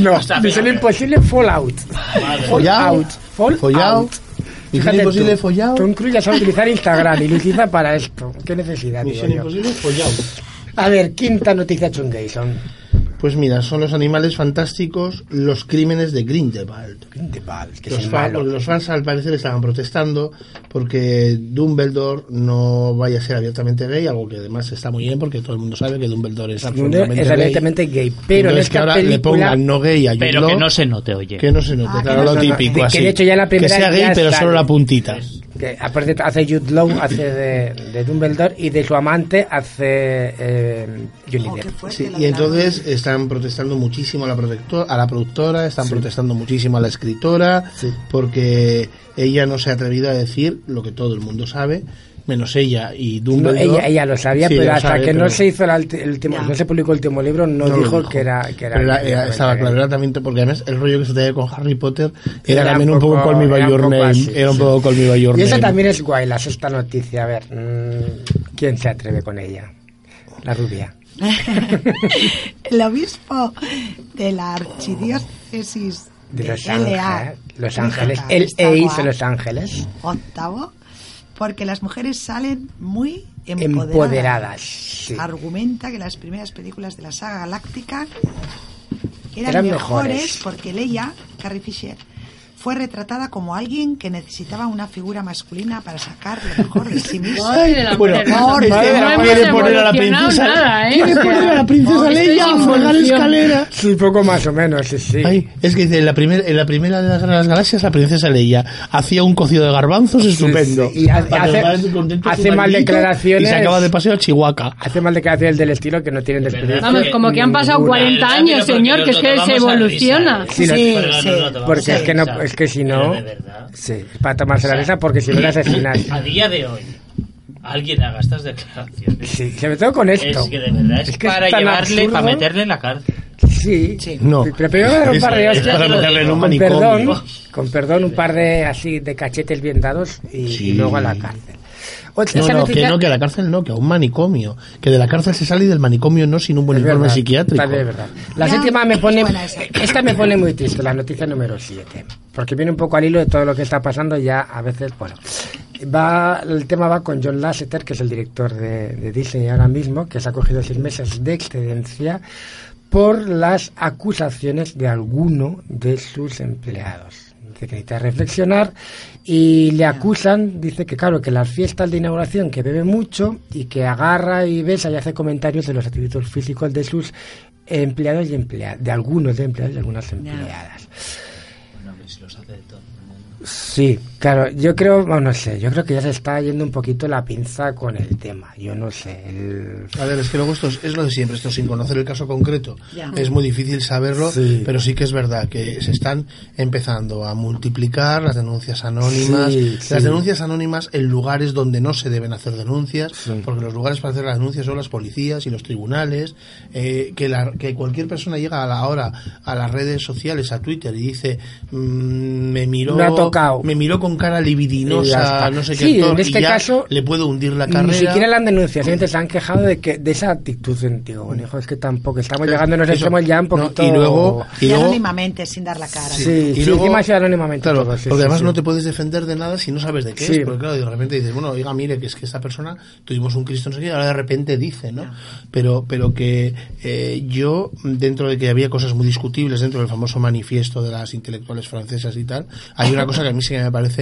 A: No,
C: O sea,
A: Misión
C: pero-
A: Imposible Fallout.
D: follao
A: Out. Fall
D: follao
A: out.
D: Misión
A: Fíjate
D: imposible
A: tú,
D: follao
A: Tom Cruise ya sabe utilizar Instagram y lo utiliza para esto. Qué necesidad, digo
D: Misión
A: yo.
D: imposible follao
A: A ver, quinta noticia chungason.
D: pues mira son los animales fantásticos los crímenes de Grindelwald
A: De pal, que
D: los,
A: es el
D: fan-
A: malo.
D: porque los fans al parecer estaban protestando porque Dumbledore no vaya a ser abiertamente gay, algo que además está muy bien porque todo el mundo sabe que Dumbledore es absolutamente
A: Es
D: gay.
A: evidentemente gay, pero en
D: Entonces, que
A: esta
D: ahora le
A: película
D: pongan no gay a Jude
C: Pero que
D: Law,
C: no se note, oye.
D: que no se note,
B: Ah,
D: claro,
B: que no
D: lo
B: se note.
D: típico
A: Que- que
D: así.
A: de hecho ya la primera
D: Que sea gay
A: ya
D: pero
A: está
D: solo
A: bien.
D: la
C: Pues,
D: puntita.
A: Que aparte hace Jude Law, hace de, de Dumbledore y de su amante hace eh, Johnny
B: Oh, qué
A: Depp.
B: fuerte
D: Sí,
B: lo
D: y
B: de la-
D: entonces están protestando muchísimo a la, protecto- a la productora, están protestando muchísimo a la escritora, porque ella no se ha atrevido a decir lo que todo el mundo sabe, menos ella y
A: No,
D: Dumbledore.
A: ella, ella lo sabía,
D: Sí,
A: pero
D: lo
A: hasta
D: sabe,
A: que no
D: pero-
A: se hizo el, ulti- el último,
B: Ya.
A: no se publicó el último libro, no,
D: No lo
A: dijo, que era que era.
D: Pero era-
A: que
D: era-
A: era-
D: estaba
A: que
D: claro, era también porque además el rollo que se tenía con Harry Potter era,
A: Era
D: también
A: un
D: un poco
A: poco-
D: Call Me By
A: era un
D: Your
A: poco
D: Name,
A: así,
D: era un
A: sí.
D: poco Call Me By Your
A: Y esa
D: Name.
A: también es guay, la sexta noticia. A ver, mm, ¿quién se atreve con ella? La rubia.
B: El obispo de la archidiócesis
A: De
B: de
A: Los
B: LA.
A: Ángeles. ¿eh? Los Ángeles. El
B: Está
A: EIS
B: guay.
A: de Los Ángeles.
B: Octavo, porque las mujeres salen muy empoderadas.
A: Empoderadas. sí.
B: Argumenta que las primeras películas de la saga galáctica eran,
A: Eran
B: mejores,
A: mejores.
B: porque Leia, Carrie Fisher, fue retratada como alguien que necesitaba una figura masculina para sacar lo mejor de sí misma.
E: Madre del amor
D: Bueno,
E: hermoso.
D: madre,
E: no hemos
D: quiere poner a la
E: evolucionado
D: princesa-
E: nada, ¿eh?
D: quiere
E: O sea,
D: <laughs> poner a la princesa
E: estoy
D: Leia a
E: sin
D: folgar
E: evolución.
D: escalera.
A: Sí, poco más o menos, sí, sí.
D: Ay, es que dice, en la, primer- en la primera de las, de las galaxias, la princesa Leia hacía un cocido de garbanzos estupendo.
A: sí. Y hace-
D: Para que
A: hace-
D: los padres contentos
A: hace
D: su
A: mal
D: maldito,
A: declaraciones.
D: Y se acaba de paseo a Chihuahua.
A: Hace mal declaraciones del estilo que no tienen despedida.
E: Vamos, como que han pasado
A: Ninguna.
E: 40 años, señor, que es que se evoluciona.
A: Sí, lo-
B: Sí, sí.
A: Porque es que no, es que si no,
C: De verdad.
A: sí, es para tomarse la
C: O sea,
A: risa porque si no le asesinas.
C: A día de hoy, alguien haga estas declaraciones.
A: Sí, sobre todo con esto.
C: Es que de verdad es,
A: Es que es
C: para
A: tan
C: llevarle,
A: absurdo.
C: para meterle en la cárcel.
A: Sí,
B: Sí.
D: No.
A: Pero primero dar un par de
C: Es- es
A: hostias.
C: para meterle en un
A: con
D: manicomio.
A: perdón, con perdón, un par de así de cachetes bien dados y, y
D: Sí.
A: luego a la cárcel. Otra-
D: No,
A: esa
D: no,
A: noticia-
D: que no, que a la cárcel no, que a un manicomio. Que de la cárcel se sale y del manicomio no sin un buen
A: Es
D: informe
A: verdad,
D: psiquiátrico.
A: tal vez es verdad. La
B: Ya,
A: séptima me
B: es
A: pone.
B: buena esa.
A: Esta me pone muy triste, la noticia número 7. Porque viene un poco al hilo de todo lo que está pasando. Ya a veces, bueno. Va, el tema va con John Lasseter, que es el director de, de Disney ahora mismo, que se ha cogido seis meses de excedencia por las acusaciones de alguno de sus empleados. Dice que necesita reflexionar y le acusan, dice que claro, que las fiestas de inauguración, que bebe mucho y que agarra y besa y hace comentarios de los atributos físicos de sus empleados y empleadas, de algunos de empleados y algunas empleadas.
C: Bueno, hombre, si los hace de todo.
A: Sí, claro, yo creo, bueno, no sé, yo creo que ya se está yendo un poquito la pinza con el tema, yo no sé, el...
D: A ver, es que luego esto es, es lo de siempre, esto sin conocer el caso concreto.
B: Ya.
D: Es muy difícil saberlo,
A: Sí.
D: pero sí que es verdad que se están empezando a multiplicar las denuncias anónimas,
A: Sí,
D: las
A: sí.
D: denuncias anónimas en lugares donde no se deben hacer denuncias,
A: Sí.
D: porque los lugares para hacer las denuncias son las policías y los tribunales, eh, que, la- que cualquier persona llega a la hora a las redes sociales, a Twitter y dice, mm, me miró,
A: Me ha tocado.
D: me miró con cara
A: Y ya está.
D: libidinosa, no sé qué
A: Sí, en
D: actor", y
A: este
D: ya
A: caso,
D: le puedo hundir la carrera.
A: Ni siquiera la han denunciado, simplemente se han quejado de que de esa actitud en ti. Bueno, hijo, es que tampoco estamos llegando, nos
D: Eso.
A: estamos ya un
D: No,
A: poquito.
D: y luego-
B: Y,
D: Y luego-
B: anónimamente, sin dar la cara.
A: Sí, sí,
D: Y luego-
A: encima ha sido anónimamente.
D: Claro,
A: todo, sí,
D: porque
A: sí,
D: además
A: sí.
D: no te puedes defender de nada si no sabes de qué
A: Sí.
D: es. Porque claro, de repente dices, bueno, oiga, mire, que es que esta persona tuvimos un Cristo no sé qué, y ahora de repente dice, ¿no? Pero, pero que eh, yo, dentro de que había cosas muy discutibles dentro del famoso manifiesto de las intelectuales francesas y tal, hay una cosa que a mí sí que me parece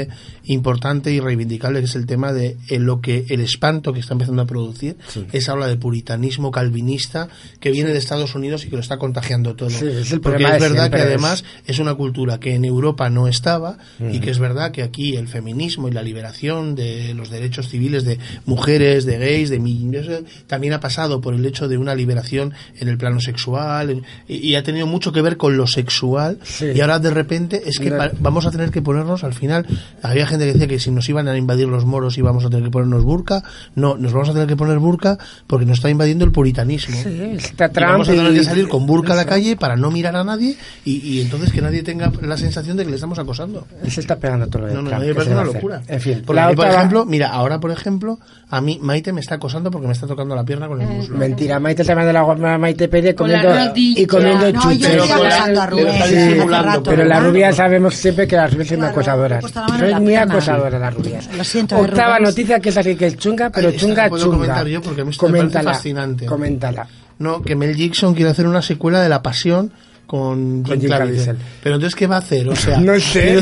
D: importante y reivindicable, que es el tema de eh, lo que el espanto que está empezando a producir, esa ola de puritanismo calvinista que viene de Estados Unidos y que lo está contagiando todo.
A: Sí, es el
D: porque
A: problema
D: es
A: de
D: verdad que
A: siempre, es-
D: además es una cultura que en Europa no estaba y que es verdad que aquí el feminismo y la liberación de los derechos civiles de mujeres, de gays, de mi- no sé, también ha pasado por el hecho de una liberación en el plano sexual en- y, y ha tenido mucho que ver con lo sexual
A: Sí.
D: y ahora de repente es que
A: Mira.
D: pa- vamos a tener que ponernos al final había gente que decía que si nos iban a invadir los moros íbamos a tener que ponernos burka no nos vamos a tener que poner burka porque nos está invadiendo el puritanismo
A: Sí, está
D: y vamos a
A: Trump
D: tener
A: y-
D: que salir con burka a la calle para no mirar a nadie y, y entonces que nadie tenga la sensación de que le estamos acosando.
A: Se está pegando todo lo de
D: No, no, a
A: Trump,
D: mí me
A: ¿qué
D: parece
A: se va
D: una
A: a hacer?
D: locura.
A: En fin,
D: Porque a mí, por ejemplo, mira, ahora por ejemplo, a mí Maite me está acosando porque me está tocando la pierna con el muslo.
A: Mentira, Maite se de la goma, Maite Pérez
E: Con la
A: comiendo,
E: rodilla.
A: y comiendo
B: No, yo
A: chuches.
B: estoy
D: Pero con la-
B: acosando a
D: pero
B: Rubén.
D: está
B: hace
D: disimulando,
B: rato,
A: Pero la
B: Rubén.
A: rubia sabemos siempre que las rubias son
B: Claro, he
A: acosadoras.
B: puesto la mano en
A: Son
B: la
A: muy
B: pierna.
A: acosadoras las rubias.
B: Lo siento,
A: Octava
B: Rubén.
A: noticia que es así que es chunga, pero
D: Ay, esta
A: chunga,
D: la puedo
A: chunga.
D: comentar yo porque a mí esto me parece
A: coméntala,
D: fascinante.
A: Coméntala.
D: No, que Mel Gibson quiere hacer una secuela de La Pasión con
A: Con
D: Jim
A: Jim
D: Caviezel.
A: Caviezel.
D: Pero entonces, ¿qué va a hacer? O
A: <laughs>
D: sea,
A: No sé.
D: quiero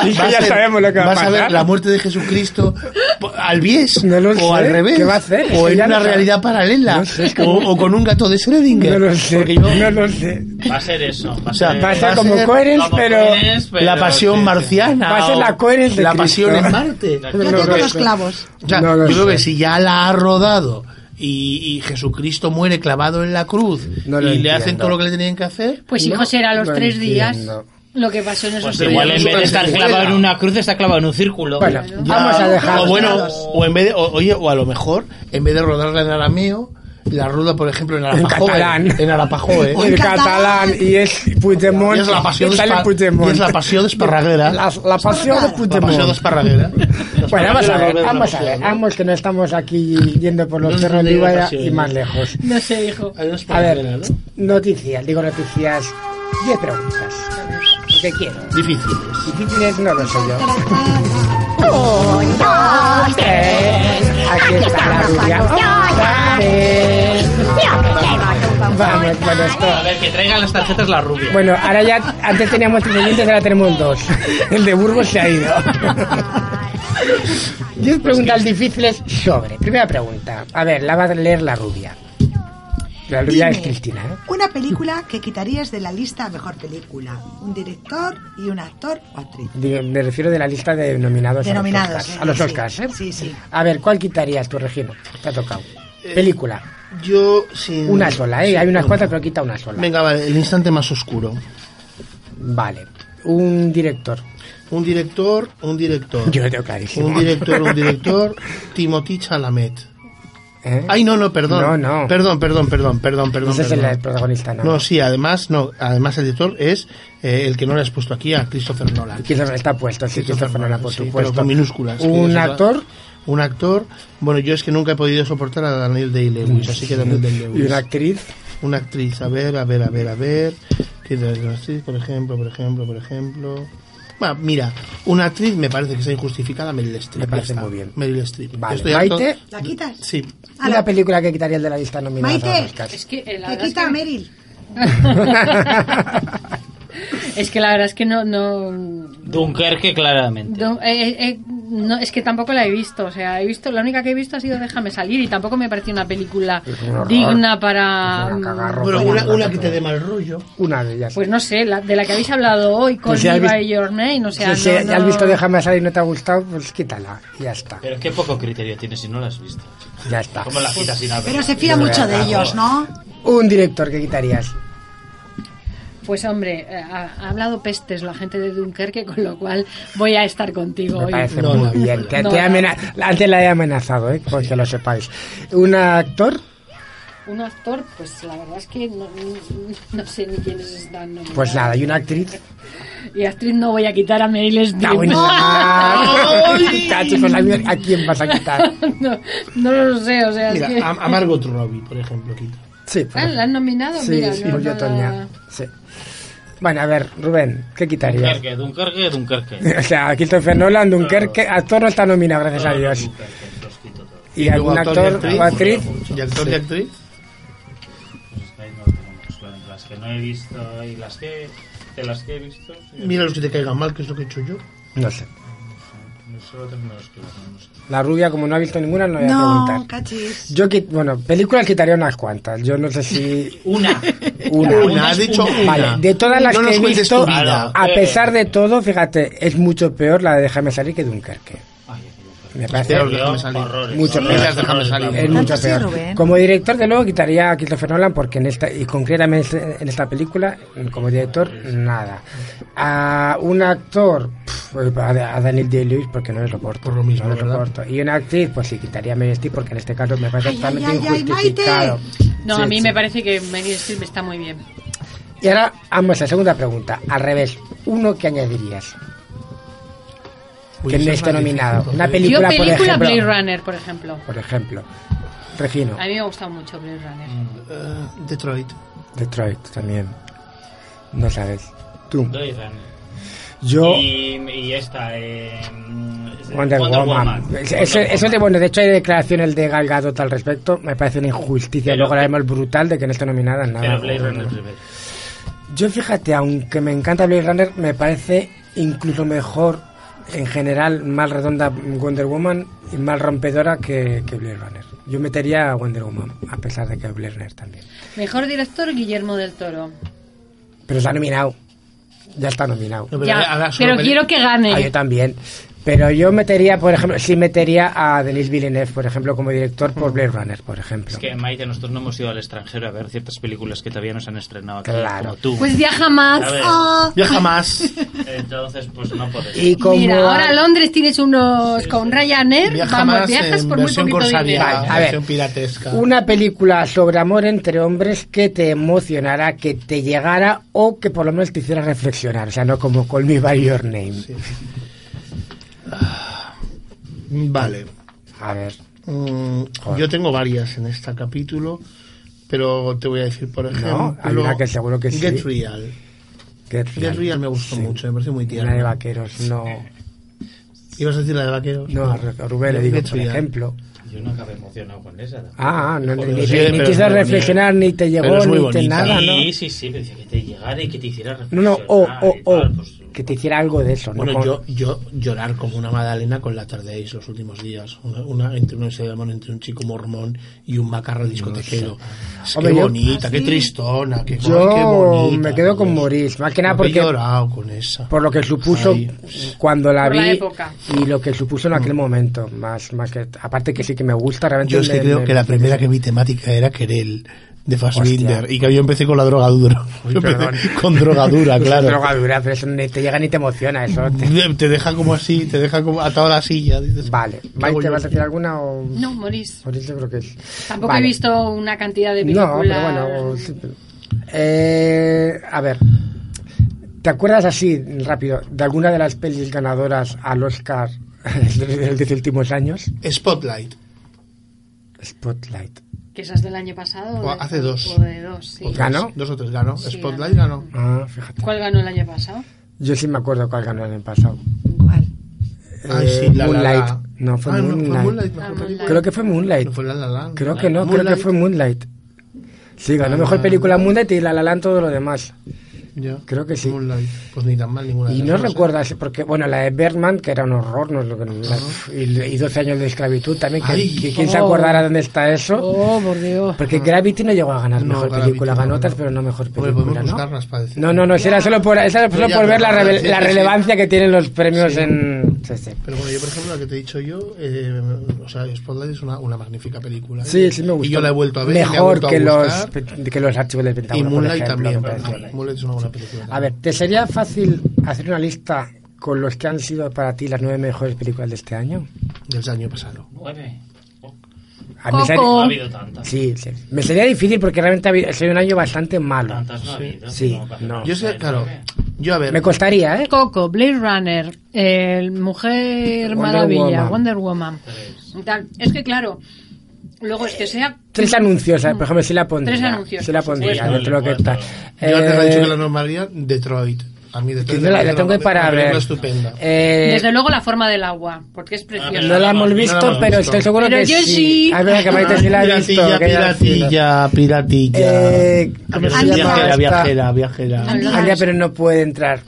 A: <laughs> Es que ya
D: hacer-
A: sabemos lo que va a
D: vas a ver
A: pasar.
D: la muerte de Jesucristo po- al bies
A: No lo
D: o
A: sé.
D: al revés.
A: ¿Qué va a hacer? Es
D: O
A: que
D: en
A: ya
D: una
A: no sabe.
D: realidad paralela.
A: No sé, es que-
D: o, o con un gato de Schrödinger.
A: No lo sé,
D: Porque yo-
A: no lo sé.
C: Va a ser eso. Va a
D: O sea,
C: ser,
D: va a
A: Pasa
D: ser
A: como
D: como
A: Coherence,
C: como
A: pero...
C: Coherence, pero-
D: la pasión
C: sí, sí.
D: marciana.
A: Va a ser
D: o
A: la coherence de
D: La
A: Cristo.
D: pasión en Marte.
C: Yo
B: Yo
A: No,
B: tengo
A: no,
B: los
A: no.
B: clavos.
D: O sea,
A: No lo
D: yo creo
A: sé.
D: que si ya la ha rodado y, y Jesucristo muere clavado en la cruz
A: No
D: y
A: lo
D: le
A: entiendo.
D: hacen todo lo que le tenían que hacer.
E: Pues
A: No,
E: hijo, será los
A: no
E: tres días
A: entiendo.
E: lo que pasó en esos
C: Pues
E: tres
C: igual
E: días.
C: en vez de estar
D: Secuela.
C: clavado en una cruz, está clavado en un círculo.
A: Bueno,
D: Ya,
A: vamos a dejar...
D: O bueno, o en vez de, o- oye, o a lo mejor, en vez de rodarla en arameo, la ruda, por ejemplo, en Arapajoe.
A: catalán.
D: En
E: <laughs>
D: Arapajoe. ¿eh?
A: El catalán y es Puigdemont.
D: Y es la pasión de
A: Sale
D: Espa-
A: Puigdemont.
D: y es la pasión de Esparraguera.
A: La, la pasión de
D: La
A: Puigdemont.
D: pasión de Esparraguera.
A: Bueno, vamos a ver,
D: La
A: vamos a
D: pasión.
A: ver, vamos que no estamos aquí yendo por los
D: No
A: cerros de
D: digo
A: Ibaya
D: pasión, ¿eh?
A: y
D: ¿no?
A: más lejos.
E: No sé, hijo.
D: Hay una
A: A
D: Esparraguera,
A: ver,
D: ¿no?
A: noticias, digo noticias, 10 preguntas. Porque quiero.
D: Difíciles.
A: Difíciles no lo sé yo. Aquí está la rubia. otra vez.
H: Yo llevo tu
A: Vamos, bueno, esto.
C: A ver, que traigan las tarjetas la rubia.
A: Bueno, ahora ya, antes teníamos tres oyentes, ahora tenemos dos. El de Burgos se ha ido. Diez preguntas difíciles sobre. Primera pregunta. A ver, la va a leer la rubia. La rubia
B: Dime,
A: es Cristina, ¿eh?
B: Una película que quitarías de la lista a mejor película. Un director y un actor o actriz.
A: Digo, Me refiero de la lista de nominados. a los
B: Denominados.
A: Oscars. A los Oscars, ¿eh?
B: Sí, sí.
A: A ver, ¿cuál quitarías tu Regino? Te ha tocado. Película.
D: Eh, Yo sin...
A: Una sola, ¿eh?
D: sin-
A: Hay unas cuantas, pero quita una sola.
D: Venga, vale, el instante más oscuro.
A: Vale. Un director.
D: Un director, un director.
A: Yo lo tengo clarísimo.
D: Un director, un director. Timothy Chalamet.
A: ¿Eh?
D: Ay, no, no, perdón.
A: No, no.
D: Perdón, perdón, perdón, perdón, perdón.
A: Ese es el,
D: perdón.
A: protagonista, ¿no?
D: No, sí, además, no, además el director es eh, el que no le has puesto aquí a Christopher Nolan.
A: Christopher está puesto, sí, Christopher Nolan, por
D: sí,
A: supuesto.
D: pero con minúsculas. que
A: Un
D: es otra-
A: actor
D: Un actor. Bueno, yo es que nunca he podido soportar a Daniel Day-Lewis, así que Daniel
A: y
D: Day-Lewis.
A: una actriz.
D: Una actriz, a ver, a ver, a ver, a ver. ¿Qué de la actriz? Por ejemplo, por ejemplo, por ejemplo. Bueno, mira, una actriz me parece que está injustificada, Meryl Streep.
A: Me parece
D: ya está.
A: muy bien.
D: Meryl Streep.
A: Vale,
D: Yo estoy harto-
A: Maite.
B: ¿La quitas?
D: Sí.
B: Ah,
A: Una
B: no.
A: película que quitaría el de la lista nominada.
B: Maite.
A: a los Oscars.
E: Es que, eh, la
B: Te
E: verdad es
B: quita
E: que-
B: a Meryl.
E: <laughs> es que la verdad es que no, no,
C: Dunkerque, claramente.
E: no, eh, eh, eh, no, es que tampoco la he visto, o sea, he visto, la única que he visto ha sido Déjame salir y tampoco me pareció una película
A: Es un horror.
E: digna
A: Es
E: para
A: una cagarro.
D: Bueno, una, una que te dé mal rollo.
A: Una de ellas.
E: pues no sé, la- de la que habéis hablado hoy con
A: Pues si has
E: Viva
A: visto-
E: Your Name, o sea,
A: si si
E: no-
A: has
E: no-
A: visto Déjame salir y no te ha gustado, pues quítala. Y ya está.
C: Pero qué poco criterio tienes si no lo has visto.
A: Ya está.
C: ¿Cómo la citas sin haber?
B: Pero se fía mucho de ellos, ¿no?
A: Un director que quitarías.
E: Pues hombre, eh, ha, ha hablado pestes la gente de Dunkerque, con lo cual voy a estar contigo
A: Me
E: hoy.
A: parece
D: No,
A: muy
D: no.
A: bien. Te-
E: No,
A: te
E: no.
A: amena- Antes la he amenazado, ¿eh? Pues que lo sepáis. Un actor,
E: Un actor, pues la verdad es que no, no sé ni quiénes están. nominados.
A: pues nada, y una actriz.
E: Y actriz no voy a quitar a Meryl
A: Está
E: Streep.
A: bueno.
E: <laughs>
D: ¡Ay!
A: Chacho, con la mierda, ¿A quién vas a quitar?
E: no, no lo sé, o sea,
D: Mira,
E: es que...
D: a, a Margot Robbie, por ejemplo, quita.
A: Sí, por
E: Ah, ¿La han nominado?
A: Sí,
E: Mira,
A: sí,
E: no,
A: pues yo
E: no
A: Toña.
E: la-
A: Sí. Bueno, a ver, Rubén, ¿qué quitarías?
C: Dunkerque,
A: <laughs>
C: Dunkerque, Dunkerque.
A: O sea, Christopher Nolan, Dunkerque, actor no está nominado, gracias a Dios.
C: Dunkerque, los quito todos.
A: Y algún
D: Luego
A: actor
D: y
A: o actriz.
D: Y actor y actriz.
C: Pues ahí no tenemos, claramente, Las que no he visto y las que... De las que he visto... sí.
D: Mira los que te caigan mal, que es lo que he hecho yo.
A: No sé.
C: Solo tengo los que no sé.
A: La rubia, como no ha visto ninguna, no le voy a
B: No,
A: preguntar.
B: cachis.
A: Yo, qui- bueno, películas quitaría unas cuantas. Yo no sé
D: <laughs>
A: si
C: Una.
A: una.
D: Una, has dicho una. Eh.
A: Vale, de todas las
D: No
A: que
D: nos
A: he
D: cuentes
A: visto,
D: tu vida.
A: a pesar de todo, fíjate, es mucho peor la de Déjame salir que Dunkerque. Me parece
D: Peor, déjame salir.
C: Horrores.
A: Mucho
C: Horrores,
A: peor.
D: Déjame
C: horrores,
D: salir.
C: vamos.
A: Es mucho
B: Tanto sí,
A: peor.
B: Rubén.
A: Como director, de luego, quitaría a Christopher Nolan porque en esta, y concretamente en esta película, como director, nada. A un actor, pf, a a Daniel Day-Lewis porque no es lo
D: Por lo mismo, ¿verdad?
A: Y una actriz, pues sí, quitaría a Meryl Streep porque en este caso me parece
B: Ay, ay,
A: totalmente
B: ay, ay,
A: injustificado.
E: No,
A: Sí,
E: a mí
A: sí.
E: me parece que Meryl Streep está muy bien.
A: Y ahora vamos a la segunda pregunta, al revés. Uno que añadirías,
D: Uy,
A: que
D: eso
A: no
D: es
A: está
D: más
A: nominado.
D: difícil.
A: Una
E: Yo
A: película, por
E: película
A: ejemplo.
E: Blade Runner, por ejemplo.
A: Por ejemplo. Regino,
E: A mí me ha gustado mucho Blade Runner.
D: Eh,
A: Mm.
D: Detroit.
A: Detroit también. No sabes. Tú.
C: Doy Runner.
A: Yo.
C: Y, y esta, eh,
A: Wonder, Woman. Ese- ese-
C: Wonder
A: eso
C: Woman.
A: de, bueno, de hecho hay declaraciones de Gal Gadot al respecto. Me parece una injusticia.
C: Pero-
A: Luego la vemos brutal de que Ah, no esté nominada en nada.
C: Pero Blade Runner primero.
A: Yo fíjate, aunque me encanta Blade Runner, me parece incluso mejor, en general, más redonda Wonder Woman y más rompedora que, que Blade Runner. Yo metería a Wonder Woman, a pesar de que Blade Runner también.
E: Mejor director, Guillermo del Toro.
A: Pero está nominado. Ya está nominado.
D: No, pero
E: Ya,
D: haga solo
E: pero
D: peli-
E: quiero que gane.
A: Ah, yo también. Pero yo metería, por ejemplo, sí metería a Denis Villeneuve, por ejemplo, como director por Blade Runner, por ejemplo.
C: Mm. Es que Maite, nosotros no hemos ido al extranjero a ver ciertas películas que todavía no se han estrenado aquí,
A: Claro.
C: como tú.
E: Pues viaja más.
C: A ver.
E: Ah.
D: Yo jamás.
C: Entonces, pues no podemos.
A: Y como
E: Mira, ahora Londres tienes unos con Ryanair,
D: Viaja
E: vamos,
D: más
E: viajas
D: en
E: por muy
D: versión
E: poquito
D: corsaria,
E: dinero.
A: Vale, a
D: versión
A: ver.
D: piratesca.
A: una película sobre amor entre hombres que te emocionara, que te llegara o que por lo menos te hiciera reflexionar, o sea, no como Call Me by Your Name.
D: Vale.
A: A ver,
D: Mm,
A: Joder.
D: yo tengo varias en este capítulo, pero te voy a decir, por ejemplo...
A: hay una que seguro que sí.
D: Get Real.
A: Get
D: Get
A: Real.
D: Real me gustó
A: Sí.
D: mucho, me pareció muy
A: Una de
D: tierna.
A: vaqueros, no.
D: ¿Ibas a decir la de vaqueros?
A: No, a Rubén le digo,
D: Get
A: por
D: Real.
A: ejemplo.
C: Yo no acabé emocionado con esa. tampoco.
A: Ah, no,
C: Joder,
A: ni,
C: sí,
A: te- ni
C: pero es
A: quise
C: muy
A: reflexionar,
C: bonita.
A: ni te llegó,
C: Pero es muy
A: ni te
C: bonita.
A: nada, ¿no?
C: Sí, sí, sí, pero decía que te llegara y que te hiciera
A: No,
C: reflexionar.
A: no, o, o,
C: y
A: o,
C: tal, pues,
A: que te hiciera algo de eso, ¿no?
D: Bueno,
A: Con-
D: yo, yo llorar como una magdalena con la tardéis los últimos días. Una, una- entre, una, entre un chico mormón y un macarro discotequero. Es que
A: Hombre, yo-
D: bonita, qué tristona, qué,
A: Yo
D: ay, qué bonita.
A: me quedo con Moris, más que nada
D: Yo he
A: porque
D: llorado con esa.
A: por lo que supuso
D: Ay, pues. Mm.
A: cuando la
L: Por
A: vi
L: la época.
A: y lo que supuso en aquel momento, más más que aparte que sí que me gusta realmente.
D: Yo es que
A: me-
D: creo
A: me-
D: que
A: <laughs>
D: la primera que vi temática era Querel de Fassbinder
A: Hostia.
D: y que yo empecé con la droga dura. Yo empecé
A: perdón.
D: <laughs> con droga
A: <laughs>
D: dura, claro.
A: Droga dura, pero eso ni te llega ni te emociona eso. Te-
D: <laughs> Te deja como así, te deja como atado a la silla. Dices,
A: vale, Maite,
D: hago yo
A: ¿vas a
D: aquí?
A: decir alguna o
E: No, morís.
A: Moris yo creo que es?
E: Tampoco
A: Vale.
E: he visto una cantidad de
A: No, pero
E: películas.
A: bueno, o- sí, pero- Eh, a ver. ¿Te acuerdas así, rápido, de alguna de las pelis ganadoras al Oscar <laughs> de los últimos años?
D: Spotlight.
A: Spotlight.
E: Que esas del año pasado.
D: O
E: o de-
D: hace dos.
E: O de dos, sí.
D: O tres,
A: ¿Ganó?
D: Dos o tres ganó.
E: Sí,
D: Spotlight ganó.
A: Ah, fíjate.
E: ¿Cuál ganó el año pasado?
A: Yo sí me acuerdo cuál ganó el año pasado.
B: ¿Cuál?
D: Ay,
A: Eh,
D: sí, la, la,
A: Moonlight.
D: la.
A: No, fue
D: Ah,
A: Moonlight.
D: mejor
E: Ah,
D: película.
A: Creo que fue Moonlight.
D: No fue la, la, la.
A: Creo que no, creo que
D: Moonlight,
A: fue Moonlight. Sí, ganó
D: La La
A: mejor
D: Land.
A: película Moonlight y La La Land todo lo demás.
D: ya.
A: creo que sí.
D: Moonlight. Pues ni tan mal ninguna. de
A: Y
D: las
A: no
D: dos, ¿eh?
A: recuerdas, porque, bueno, la de Bergman, que era un horror, no es lo que, la- y, y 12 años de esclavitud también, que,
D: Ay. Ah.
A: que quién se
E: Oh.
A: acordara dónde está eso.
E: Oh, por Dios.
A: Porque Gravity no llegó a ganar
D: No,
A: mejor
D: Gravity
A: película,
D: no,
A: ganó otras,
D: no.
A: pero no mejor
D: Hombre,
A: película,
D: podemos
A: ¿no?
D: buscarlas para decir.
A: No, no, no, si era solo por, esa era
D: Pero
A: solo
D: Pues ya,
A: por ver
D: pero
A: la,
D: la
A: revel-
D: reciente
A: la
D: sí.
A: relevancia que tienen los premios
D: Sí.
A: en... Sí, sí.
D: Pero bueno, yo por ejemplo la que te he dicho yo, eh, o sea, Spotlight es una, una magnífica película.
A: Sí,
D: Y-
A: sí me gustó.
D: Y yo la he vuelto a ver. y me ha
A: Mejor
D: vuelto a
A: que, los,
D: gustar.
A: que los archivos del
D: Y
A: Pentágono, por
D: Moonlight
A: ejemplo,
D: también.
A: me
D: perdón.
A: parece.
D: Moonlight es una buena película.
A: A ver, ¿te sería fácil hacer una lista con los que han sido para ti las nueve mejores películas de este año?
D: Del año pasado.
C: nueve.
A: A mí sería-
C: No ha habido tantas.
A: Sí, sí. Me sería difícil porque realmente ha habido- ha sido un año bastante malo.
C: Tantas no ha habido.
A: Sí,
C: Como para
A: no.
C: hacer
D: Yo sé,
C: nueve,
D: claro.
C: nueve.
D: Yo a ver.
A: Me costaría, ¿eh?
E: Coco, Blade Runner, el Mujer
A: Wonder
E: Maravilla,
A: Woman.
E: Wonder Woman. y tal. Es que claro, luego es que sea
A: Tres anuncios, ¿eh? por ejemplo, sí la pondría.
E: Tres anuncios,
A: Sí la
E: por
A: pondría,
C: supuesto.
A: dentro de lo que está.
D: Yo antes
A: Eh,
D: había dicho que la normalidad, Detroit. A mí
A: que
D: Detroit.
A: yo la,
D: me
A: la
D: parece
A: tengo
D: una-
A: que parar a
D: una
A: ver.
D: película estupenda.
A: Eh,
E: desde luego la forma del agua, porque es preciosa.
A: no la hemos
C: No la
A: visto,
D: hemos
A: pero
D: visto.
A: estoy seguro
E: Pero
A: que
E: yo
A: sí.
E: sí.
A: A ver, que Maite sí la ha visto.
D: piratilla,
A: que ella sí la-
D: piratilla, piratilla.
A: Eh, ¿cómo se
D: Viajera,
A: llama esta?
D: viajera, viajera.
E: Andía.
A: Andía, pero no puede entrar.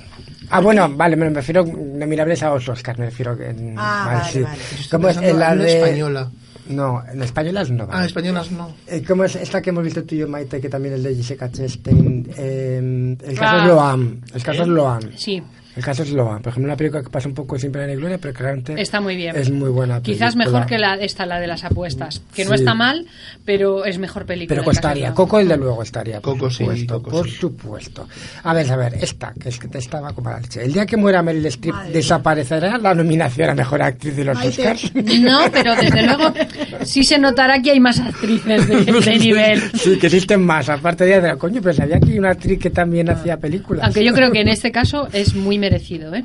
A: Ah, bueno, vale, me refiero nominables a los Oscars, me refiero que...
B: Ah, vale, vale.
A: ¿Cómo es
D: Pensando
A: en la
D: en una
A: de...?
D: española.
A: No, en españolas no.
D: Ah,
A: vale.
D: españolas no.
A: Eh, ¿Cómo es esta que hemos visto tú y yo, Maite, que también es de Jessica Chastain? Eh, el caso
E: Ah.
A: es Loam. El caso es Loam.
E: ¿Eh? Sí,
A: El caso es Loam. Por ejemplo, una película que pasa un poco sin pena ni gloria, pero que realmente
E: está muy bien.
A: es muy buena.
E: Quizás
A: película.
E: mejor que la esta la de las apuestas, que
A: Sí.
E: no está mal, pero es mejor película.
A: Pero
E: que Casa
A: costaría.
E: Blanca.
A: Coco, el de luego, estaría. Por
D: Coco sí,
A: supuesto,
D: Coco
A: por
D: sí.
A: supuesto. A ver, a ver, esta, que es que te estaba como la leche. El día que muera Meryl Streep, ¿desaparecerá la nominación a mejor actriz de los Oscars?
E: No, pero desde luego sí se notará que hay más actrices <laughs>
A: <laughs>
E: de, de nivel.
A: Sí, que existen más. Aparte de de coño, pero sabía que hay una actriz que también hacía películas.
E: Ah. Aunque yo creo que en este caso es muy merecido, ¿eh?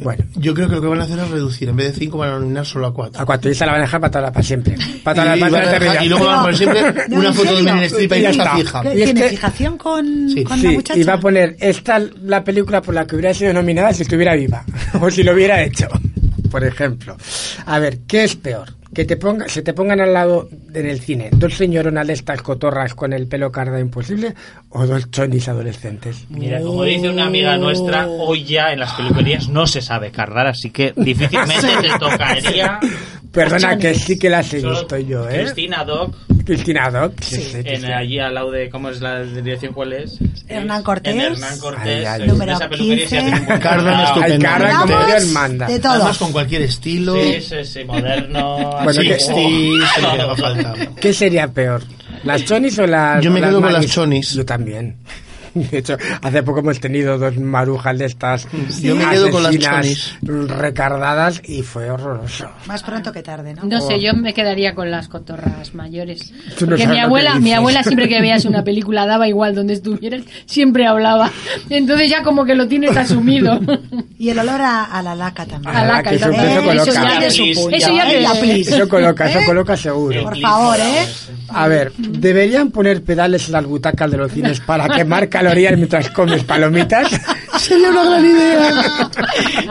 A: Bueno.
D: Yo creo que lo que van a hacer es reducir. En vez de 5 van a nominar solo a 4.
A: A cuatro y esa la van a dejar para toda la- para siempre. Para toda la-
D: Y,
A: para toda
D: van a
A: la
D: dejar-
A: eternidad.
D: y luego van a poner
E: <laughs>
D: siempre
B: No,
D: una
B: ¿en
D: foto de
B: serio?
D: Meryl Streep ahí
A: Ya
D: que está
A: está.
D: fija.
A: Y es
B: ¿Tiene
A: que-
B: fijación con,
D: Sí.
B: con la
A: Sí,
B: muchacha?
A: y va a poner esta la película por la que hubiera sido nominada si estuviera viva <laughs> o si lo hubiera hecho, <laughs> por ejemplo. A ver, ¿qué es peor? Que te ponga, se te pongan al lado en el cine dos señoronas de estas cotorras con el pelo carda imposible o dos chonis adolescentes.
C: Mira, como dice una amiga nuestra,
E: Oh.
C: hoy ya en las peluquerías no se sabe cardar, así que
A: <laughs>
C: difícilmente te tocaría.
A: Perdona que sí que las he
C: Solo
A: visto yo, ¿eh?
C: Cristina Doc,
A: Cristina Doc. sí, sí, sí.
C: en, allí al lado de. ¿Cómo es la dirección? ¿Cuál es?
B: Hernán Cortés.
C: En Hernán Cortés.
A: Ay, ay,
C: en
B: número
C: esa peluquería se hace
B: 15.
C: un Ah, buen
D: Cardan
C: cardado.
D: estupendo.
A: Ay, cara, como
B: Hablamos
A: Dios manda.
B: de todo.
D: Además con cualquier estilo.
C: Sí, sí, sí, moderno.
A: <laughs> Bueno,
C: así,
A: que-
C: oh, <laughs>
D: 60s, lo que haga falta.
A: ¿Qué sería peor? ¿Las chonis o las.?
D: Yo me
A: o las
D: quedo con las
A: manis?
D: chonis.
A: Yo también. <laughs> De hecho, hace poco hemos tenido dos marujas de estas.
D: Yo me quedo con las
A: asesinas Recardadas y fue horroroso.
B: Más pronto que tarde, ¿no?
E: No sé, yo me quedaría con las cotorras mayores.
A: Oh. Tú no
E: Porque
A: sabes lo
E: mi
A: que
E: abuela, mi
A: dices.
E: abuela siempre que
A: <laughs>
E: veías una película daba igual donde estuvieras, siempre hablaba. Entonces ya como que lo tienes asumido.
B: Y el olor a, a la laca también.
E: A laca,
A: que eso,
E: también.
A: eso
E: Eh,
A: coloca.
E: eso ya
C: de
E: te
C: su punto.
E: Eso ya
B: Eh,
E: te
B: la plis.
A: Eso coloca, eso coloca seguro.
B: Por favor, ¿eh?
A: A ver, deberían poner pedales en las butacas de los cines para quemar calorías mientras comes palomitas.
D: Sería una gran idea.
B: <laughs>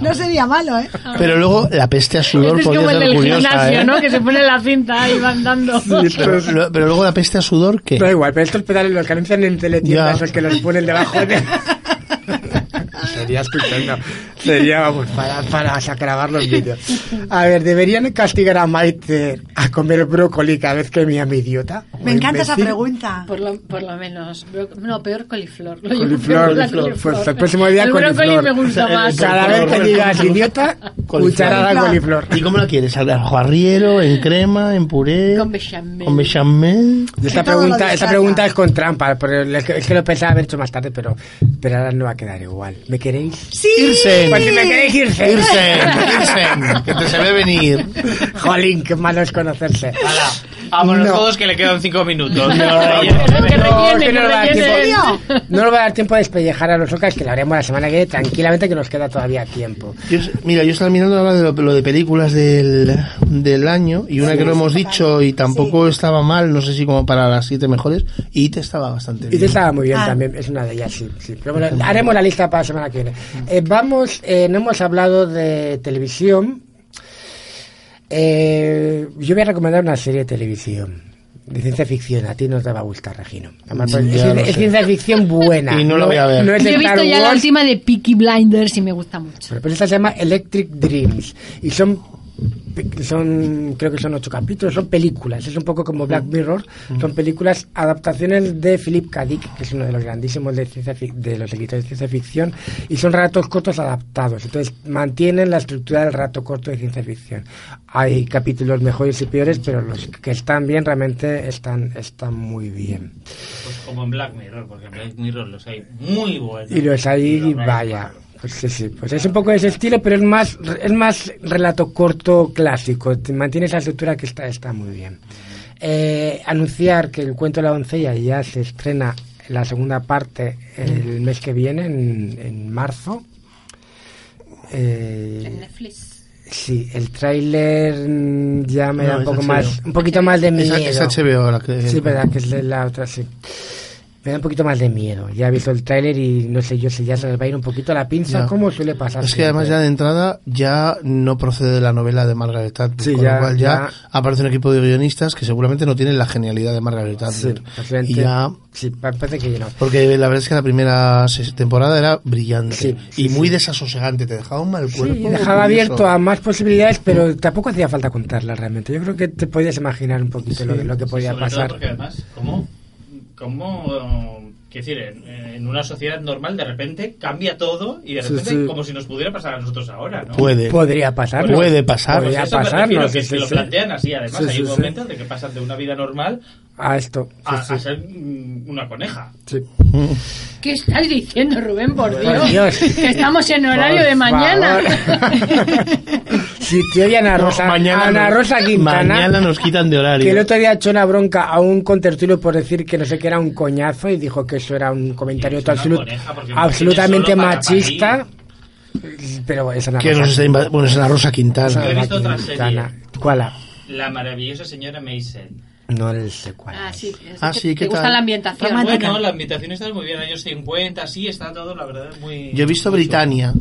B: No sería malo, ¿eh?
D: Pero luego la peste a sudor
E: Este es como
D: podría
E: el
D: ser
E: del
D: curiosa,
E: gimnasio,
D: ¿eh?
E: ¿no? Que se pone la cinta y van dando.
D: <laughs> pero, lo- pero luego la peste a sudor, ¿qué?
A: Da igual, pero estos pedales los que anuncian en teletienda,
D: Ya.
A: esos que los ponen debajo de... Sería estupendo. Sería, vamos, para, para grabar los vídeos. A ver, ¿deberían castigar a Maite a comer brócoli cada vez que me llame idiota?
B: Me encanta esa
A: Imbécil.
B: pregunta.
E: Por lo, por lo menos. bro- No, peor coliflor. Lo llevo
A: Coliflor,
E: peor, la
A: coliflor. Pues el próximo día
E: el
A: coliflor.
E: brócoli me gusta
D: O sea,
E: más.
D: el-
A: Cada vez que digas idiota, cucharada de coliflor.
D: ¿Y cómo la quieres? ¿Al ajo arriero, en crema, en puré?
E: Con bechamel.
D: ¿Con bechamel?
A: Y esta
B: Que todo lo
A: pregunta, esta
B: descarta.
A: pregunta es con trampa, pero es que, es que lo pensaba haber hecho más tarde, pero, pero ahora no va a quedar igual. ¿Me queréis?
B: Sí.
D: Irsen.
A: Pues si me queréis irse. <laughs>
D: Irsen, Irsen, que te se ve venir.
A: Jolín, qué malo es conocerse.
C: Hala, vámonos
A: No.
C: todos que le quedan cinco
A: Pues
C: minutos.
E: Que
A: No,
E: rellenen,
A: que no
E: que
A: nos va a dar
E: rellenen.
A: tiempo- no nos va a dar tiempo a despellejar a los ocas, que lo haremos la semana que viene tranquilamente, que nos queda todavía tiempo.
D: Yo- mira, yo estaba mirando ahora de lo, lo de películas del, del año y una que no hemos dicho y tampoco estaba mal, no sé si como para las siete mejores, y te estaba bastante
A: Y
D: bien.
A: te estaba muy bien
B: Ah.
A: también, es una de ellas, sí. sí. Pero bueno, haremos la lista para la semana que viene. Eh, vamos, eh, no hemos hablado de televisión. Eh, yo voy a recomendar una serie de televisión. De ciencia ficción, a ti no te va a gustar, Regino. Además, pues,
D: Ya lo
A: es, es
D: sé.
A: ciencia ficción buena.
D: Y no la voy a ver.
A: No es
E: Yo
A: de
E: he
A: Star
E: visto ya la
A: Wars,
E: última de Peaky Blinders y me gusta mucho.
A: Bueno, pues esta se llama Electric Dreams y son son creo que son ocho capítulos son películas es un poco como Black Mirror son películas adaptaciones de Philip K. Dick que es uno de los grandísimos de, ciencia fic- de los escritores de ciencia ficción y son ratos cortos adaptados entonces mantienen la estructura del rato corto de ciencia ficción hay capítulos mejores y peores pero los que están bien realmente están están muy bien
C: Pues como en Black Mirror, porque en Black Mirror los hay muy buenos.
A: Y los
C: Pero
A: ahí,
C: no hay
A: vaya.
C: malos.
A: Pues sí, sí, pues es un poco de ese estilo, pero es más, es más relato corto clásico. Te Mantiene esa estructura que está, está muy bien. Eh, anunciar que el cuento de la doncella ya se estrena la segunda parte
E: Mm.
A: el mes que viene, en, en marzo. Eh,
E: En Netflix.
A: sí, el tráiler mm, ya me
D: No,
A: da un
D: es
A: poco
D: HBO.
A: más, un poquito más de miedo.
D: Esa- es HBO la que...
A: Sí, verdad, que es de la otra, sí. Me da un poquito más de miedo. Ya he visto el tráiler y no sé yo si ya se les va a ir un poquito la pinza,
D: Ya.
A: como suele pasar.
D: Es que además ya de entrada ya no procede la novela de Margaret Thatcher,
A: Sí,
D: con
A: ya-
D: lo cual ya,
A: ya-
D: aparece un equipo de guionistas que seguramente no tienen la genialidad de Margaret
A: Sí,
D: Thatcher.
A: posiblemente-
D: y ya
A: sí, pa- parece que ya no.
D: porque la verdad es que la primera se- temporada era brillante
A: Sí, sí,
D: y muy
A: sí.
D: desasosegante, te dejaba un mal cuerpo.
A: Sí, dejaba
D: curioso.
A: abierto a más posibilidades, pero tampoco hacía falta contarlas realmente. Yo creo que te podías imaginar un poquito lo, lo que podía
C: Sobre todo
A: pasar.
C: porque además, ¿cómo? ¿Cómo? Quiero decir, en, en una sociedad normal de repente cambia todo y de
A: Sí,
C: repente
A: sí.
C: como si nos pudiera pasar a nosotros ahora, ¿no?
D: Puede.
A: Podría pasar.
D: Puede pasar.
C: Pues
A: Podría
C: eso me
A: pasarnos,
C: refiero, que,
A: sí,
C: que
A: sí,
C: lo
A: sí.
C: plantean así, además
A: Sí,
C: hay
A: sí,
C: un
A: sí.
C: momento de que pasan de una vida normal
A: A esto. sí,
C: a,
A: sí,
C: a ser mm, una coneja.
A: sí.
E: ¿Qué estás diciendo, Rubén? Por Dios.
A: Por Dios.
E: Que estamos en horario
A: Por
E: de mañana.
A: favor. si te oye Ana
D: No,
A: Rosa,
D: mañana
A: Ana
D: nos-
A: Rosa Quintana.
D: Mañana nos quitan de horario.
A: Que el otro día echó una bronca a un contertulio por decir que no sé qué era un coñazo y dijo que eso era un comentario
C: Es una
A: absolut-
C: coneja, porque no
A: absolutamente
C: tiene solo para
A: machista. Pero esa no
D: Que nos está invadiendo. Bueno, es la Rosa
C: Yo he
D: Quintana.
C: visto otra
A: ¿Cuál?
C: La maravillosa señora Maisel.
A: No le sé cuál.
E: Ah, sí. es
D: Ah,
E: que
D: sí, ¿qué
E: te gusta
D: tal?
E: la ambientación.
C: Bueno, la invitación está muy bien, años 50, sí, está todo, la verdad, muy...
D: Yo he visto Britannia.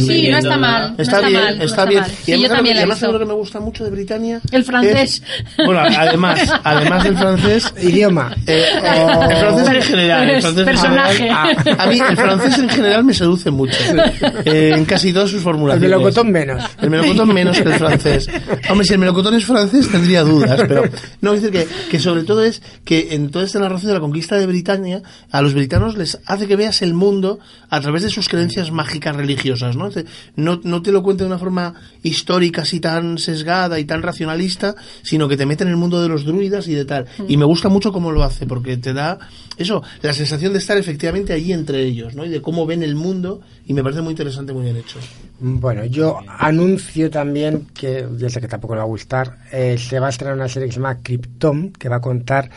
E: Sí, no está mal. no
D: Está, bien,
E: mal, no
D: está bien.
E: mal.
D: Y
E: Sí, yo
D: además,
E: también la he
D: además,
E: visto.
D: algo que me gusta mucho de Britannia.
E: El francés.
D: es- bueno, además, además del francés.
A: Idioma.
E: <laughs>
A: <laughs>
D: eh, el francés en general. El
E: Pero
D: francés
E: es
D: en general.
E: personaje.
D: A mí el francés en general me seduce mucho. eh, en casi todas sus
A: El
D: formulaciones.
A: melocotón menos.
D: El melocotón menos que el francés. <laughs> Hombre, si el melocotón es francés tendría dudas, pero no, es decir, que, que sobre todo es que en toda esta narración de la conquista de Britania, a los britanos les hace que veas el mundo a través de sus creencias mágicas religiosas, ¿no? Es decir, No, no te lo cuenta de una forma histórica así tan sesgada y tan racionalista, sino que te mete en el mundo de los druidas y de tal. Y me gusta mucho cómo lo hace, porque te da eso, la sensación de estar efectivamente allí entre ellos, ¿no? Y de cómo ven el mundo, y me parece muy interesante, muy bien hecho.
A: Bueno, yo anuncio también que, yo sé que tampoco le va a gustar, eh, se va a estrenar una serie que se llama Krypton, que va a contar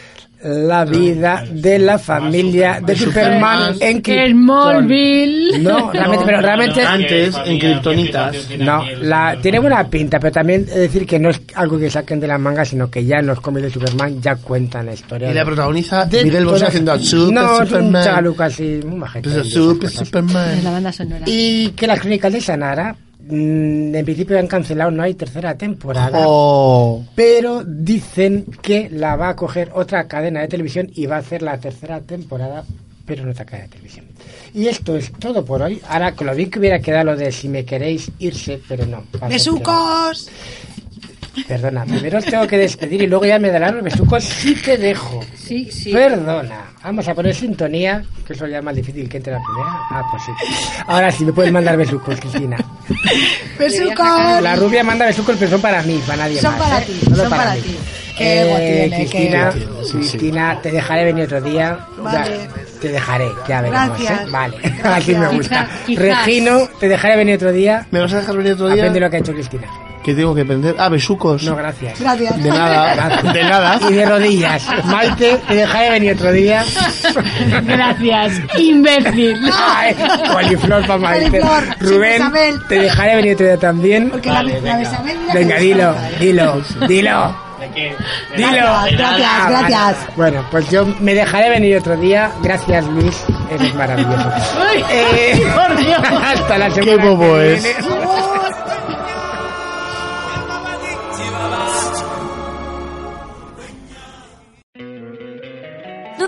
A: la vida de la familia de Superman, en
E: En
A: Krypton.
E: Smallville.
A: No, realmente, pero realmente...
D: Antes, en Kryptonitas.
A: No, la, tiene buena pinta, pero también es decir que no es algo que saquen de la manga, sino que ya en los cómics de Superman ya cuentan la historia.
D: Y
A: de-
D: la protagoniza
A: de
D: Miguel Bosé
A: todas-
D: haciendo a Super
A: No, es un
D: Superman.
A: chaval casi muy majete.
D: Pues a
A: y esas
D: Super
A: cosas.
E: Es
D: Superman.
E: la banda sonora.
A: Y que las crónicas de Sanara, mm, en principio han cancelado, no hay tercera temporada.
D: Oh.
A: Pero dicen que la va a coger otra cadena de televisión y va a hacer la tercera temporada, pero en otra cadena de televisión. Y esto es todo por hoy. Ahora, con lo bien que hubiera quedado lo de si me queréis irse, pero no. Paso,
B: ¡Besucos!
A: pero- Perdona, primero os tengo que despedir y luego ya me darán los besucos si te dejo.
E: Sí, sí.
A: Perdona, vamos a poner sintonía, que eso ya es más difícil que entre la primera. Ah, pues sí. Ahora sí, me puedes mandar besucos, Cristina.
B: ¡Besucos!
A: La rubia manda besucos, pero son para mí, para nadie
B: Son
A: más.
B: para
A: ¿eh?
B: ti,
A: Solo
B: son para
A: mí.
B: ti.
D: Eh,
B: Qué guay tiene,
A: Eh, Cristina,
B: qué
A: Cristina, te dejaré venir otro día.
B: Vale.
A: Ya, te dejaré, ya veremos. ¿eh?
B: Gracias.
A: Vale, <laughs> así me gusta.
E: Quizá- quizás.
A: Regino, te dejaré venir otro día.
D: ¿Me vas a dejar venir otro día?
A: Aprende lo que ha hecho Cristina.
D: Que tengo que aprender. Ah, besucos.
A: No, gracias.
D: <laughs>
B: Gracias.
D: de nada. de nada.
A: Y de rodillas. Maite, te dejaré venir otro día.
E: Gracias,
A: <laughs>
E: imbécil.
A: Ay, coliflor para Maite.
B: Coliflor,
A: Rubén,
B: sin pues, Isabel.
A: te dejaré venir otro día también.
B: Porque la, la Besabel, mira que
A: Venga,
B: nos
A: dilo,
B: encanta, ¿eh?
A: dilo, dilo. Dilo. Ah,
B: Gracias, gracias,
A: vale.
B: gracias.
A: Bueno, pues yo me dejaré venir otro día. Gracias, Luis. Eres maravilloso. Eh, <laughs> hasta la semana. que
D: bobo
A: viene.
D: es.
A: <laughs>
H: ¿No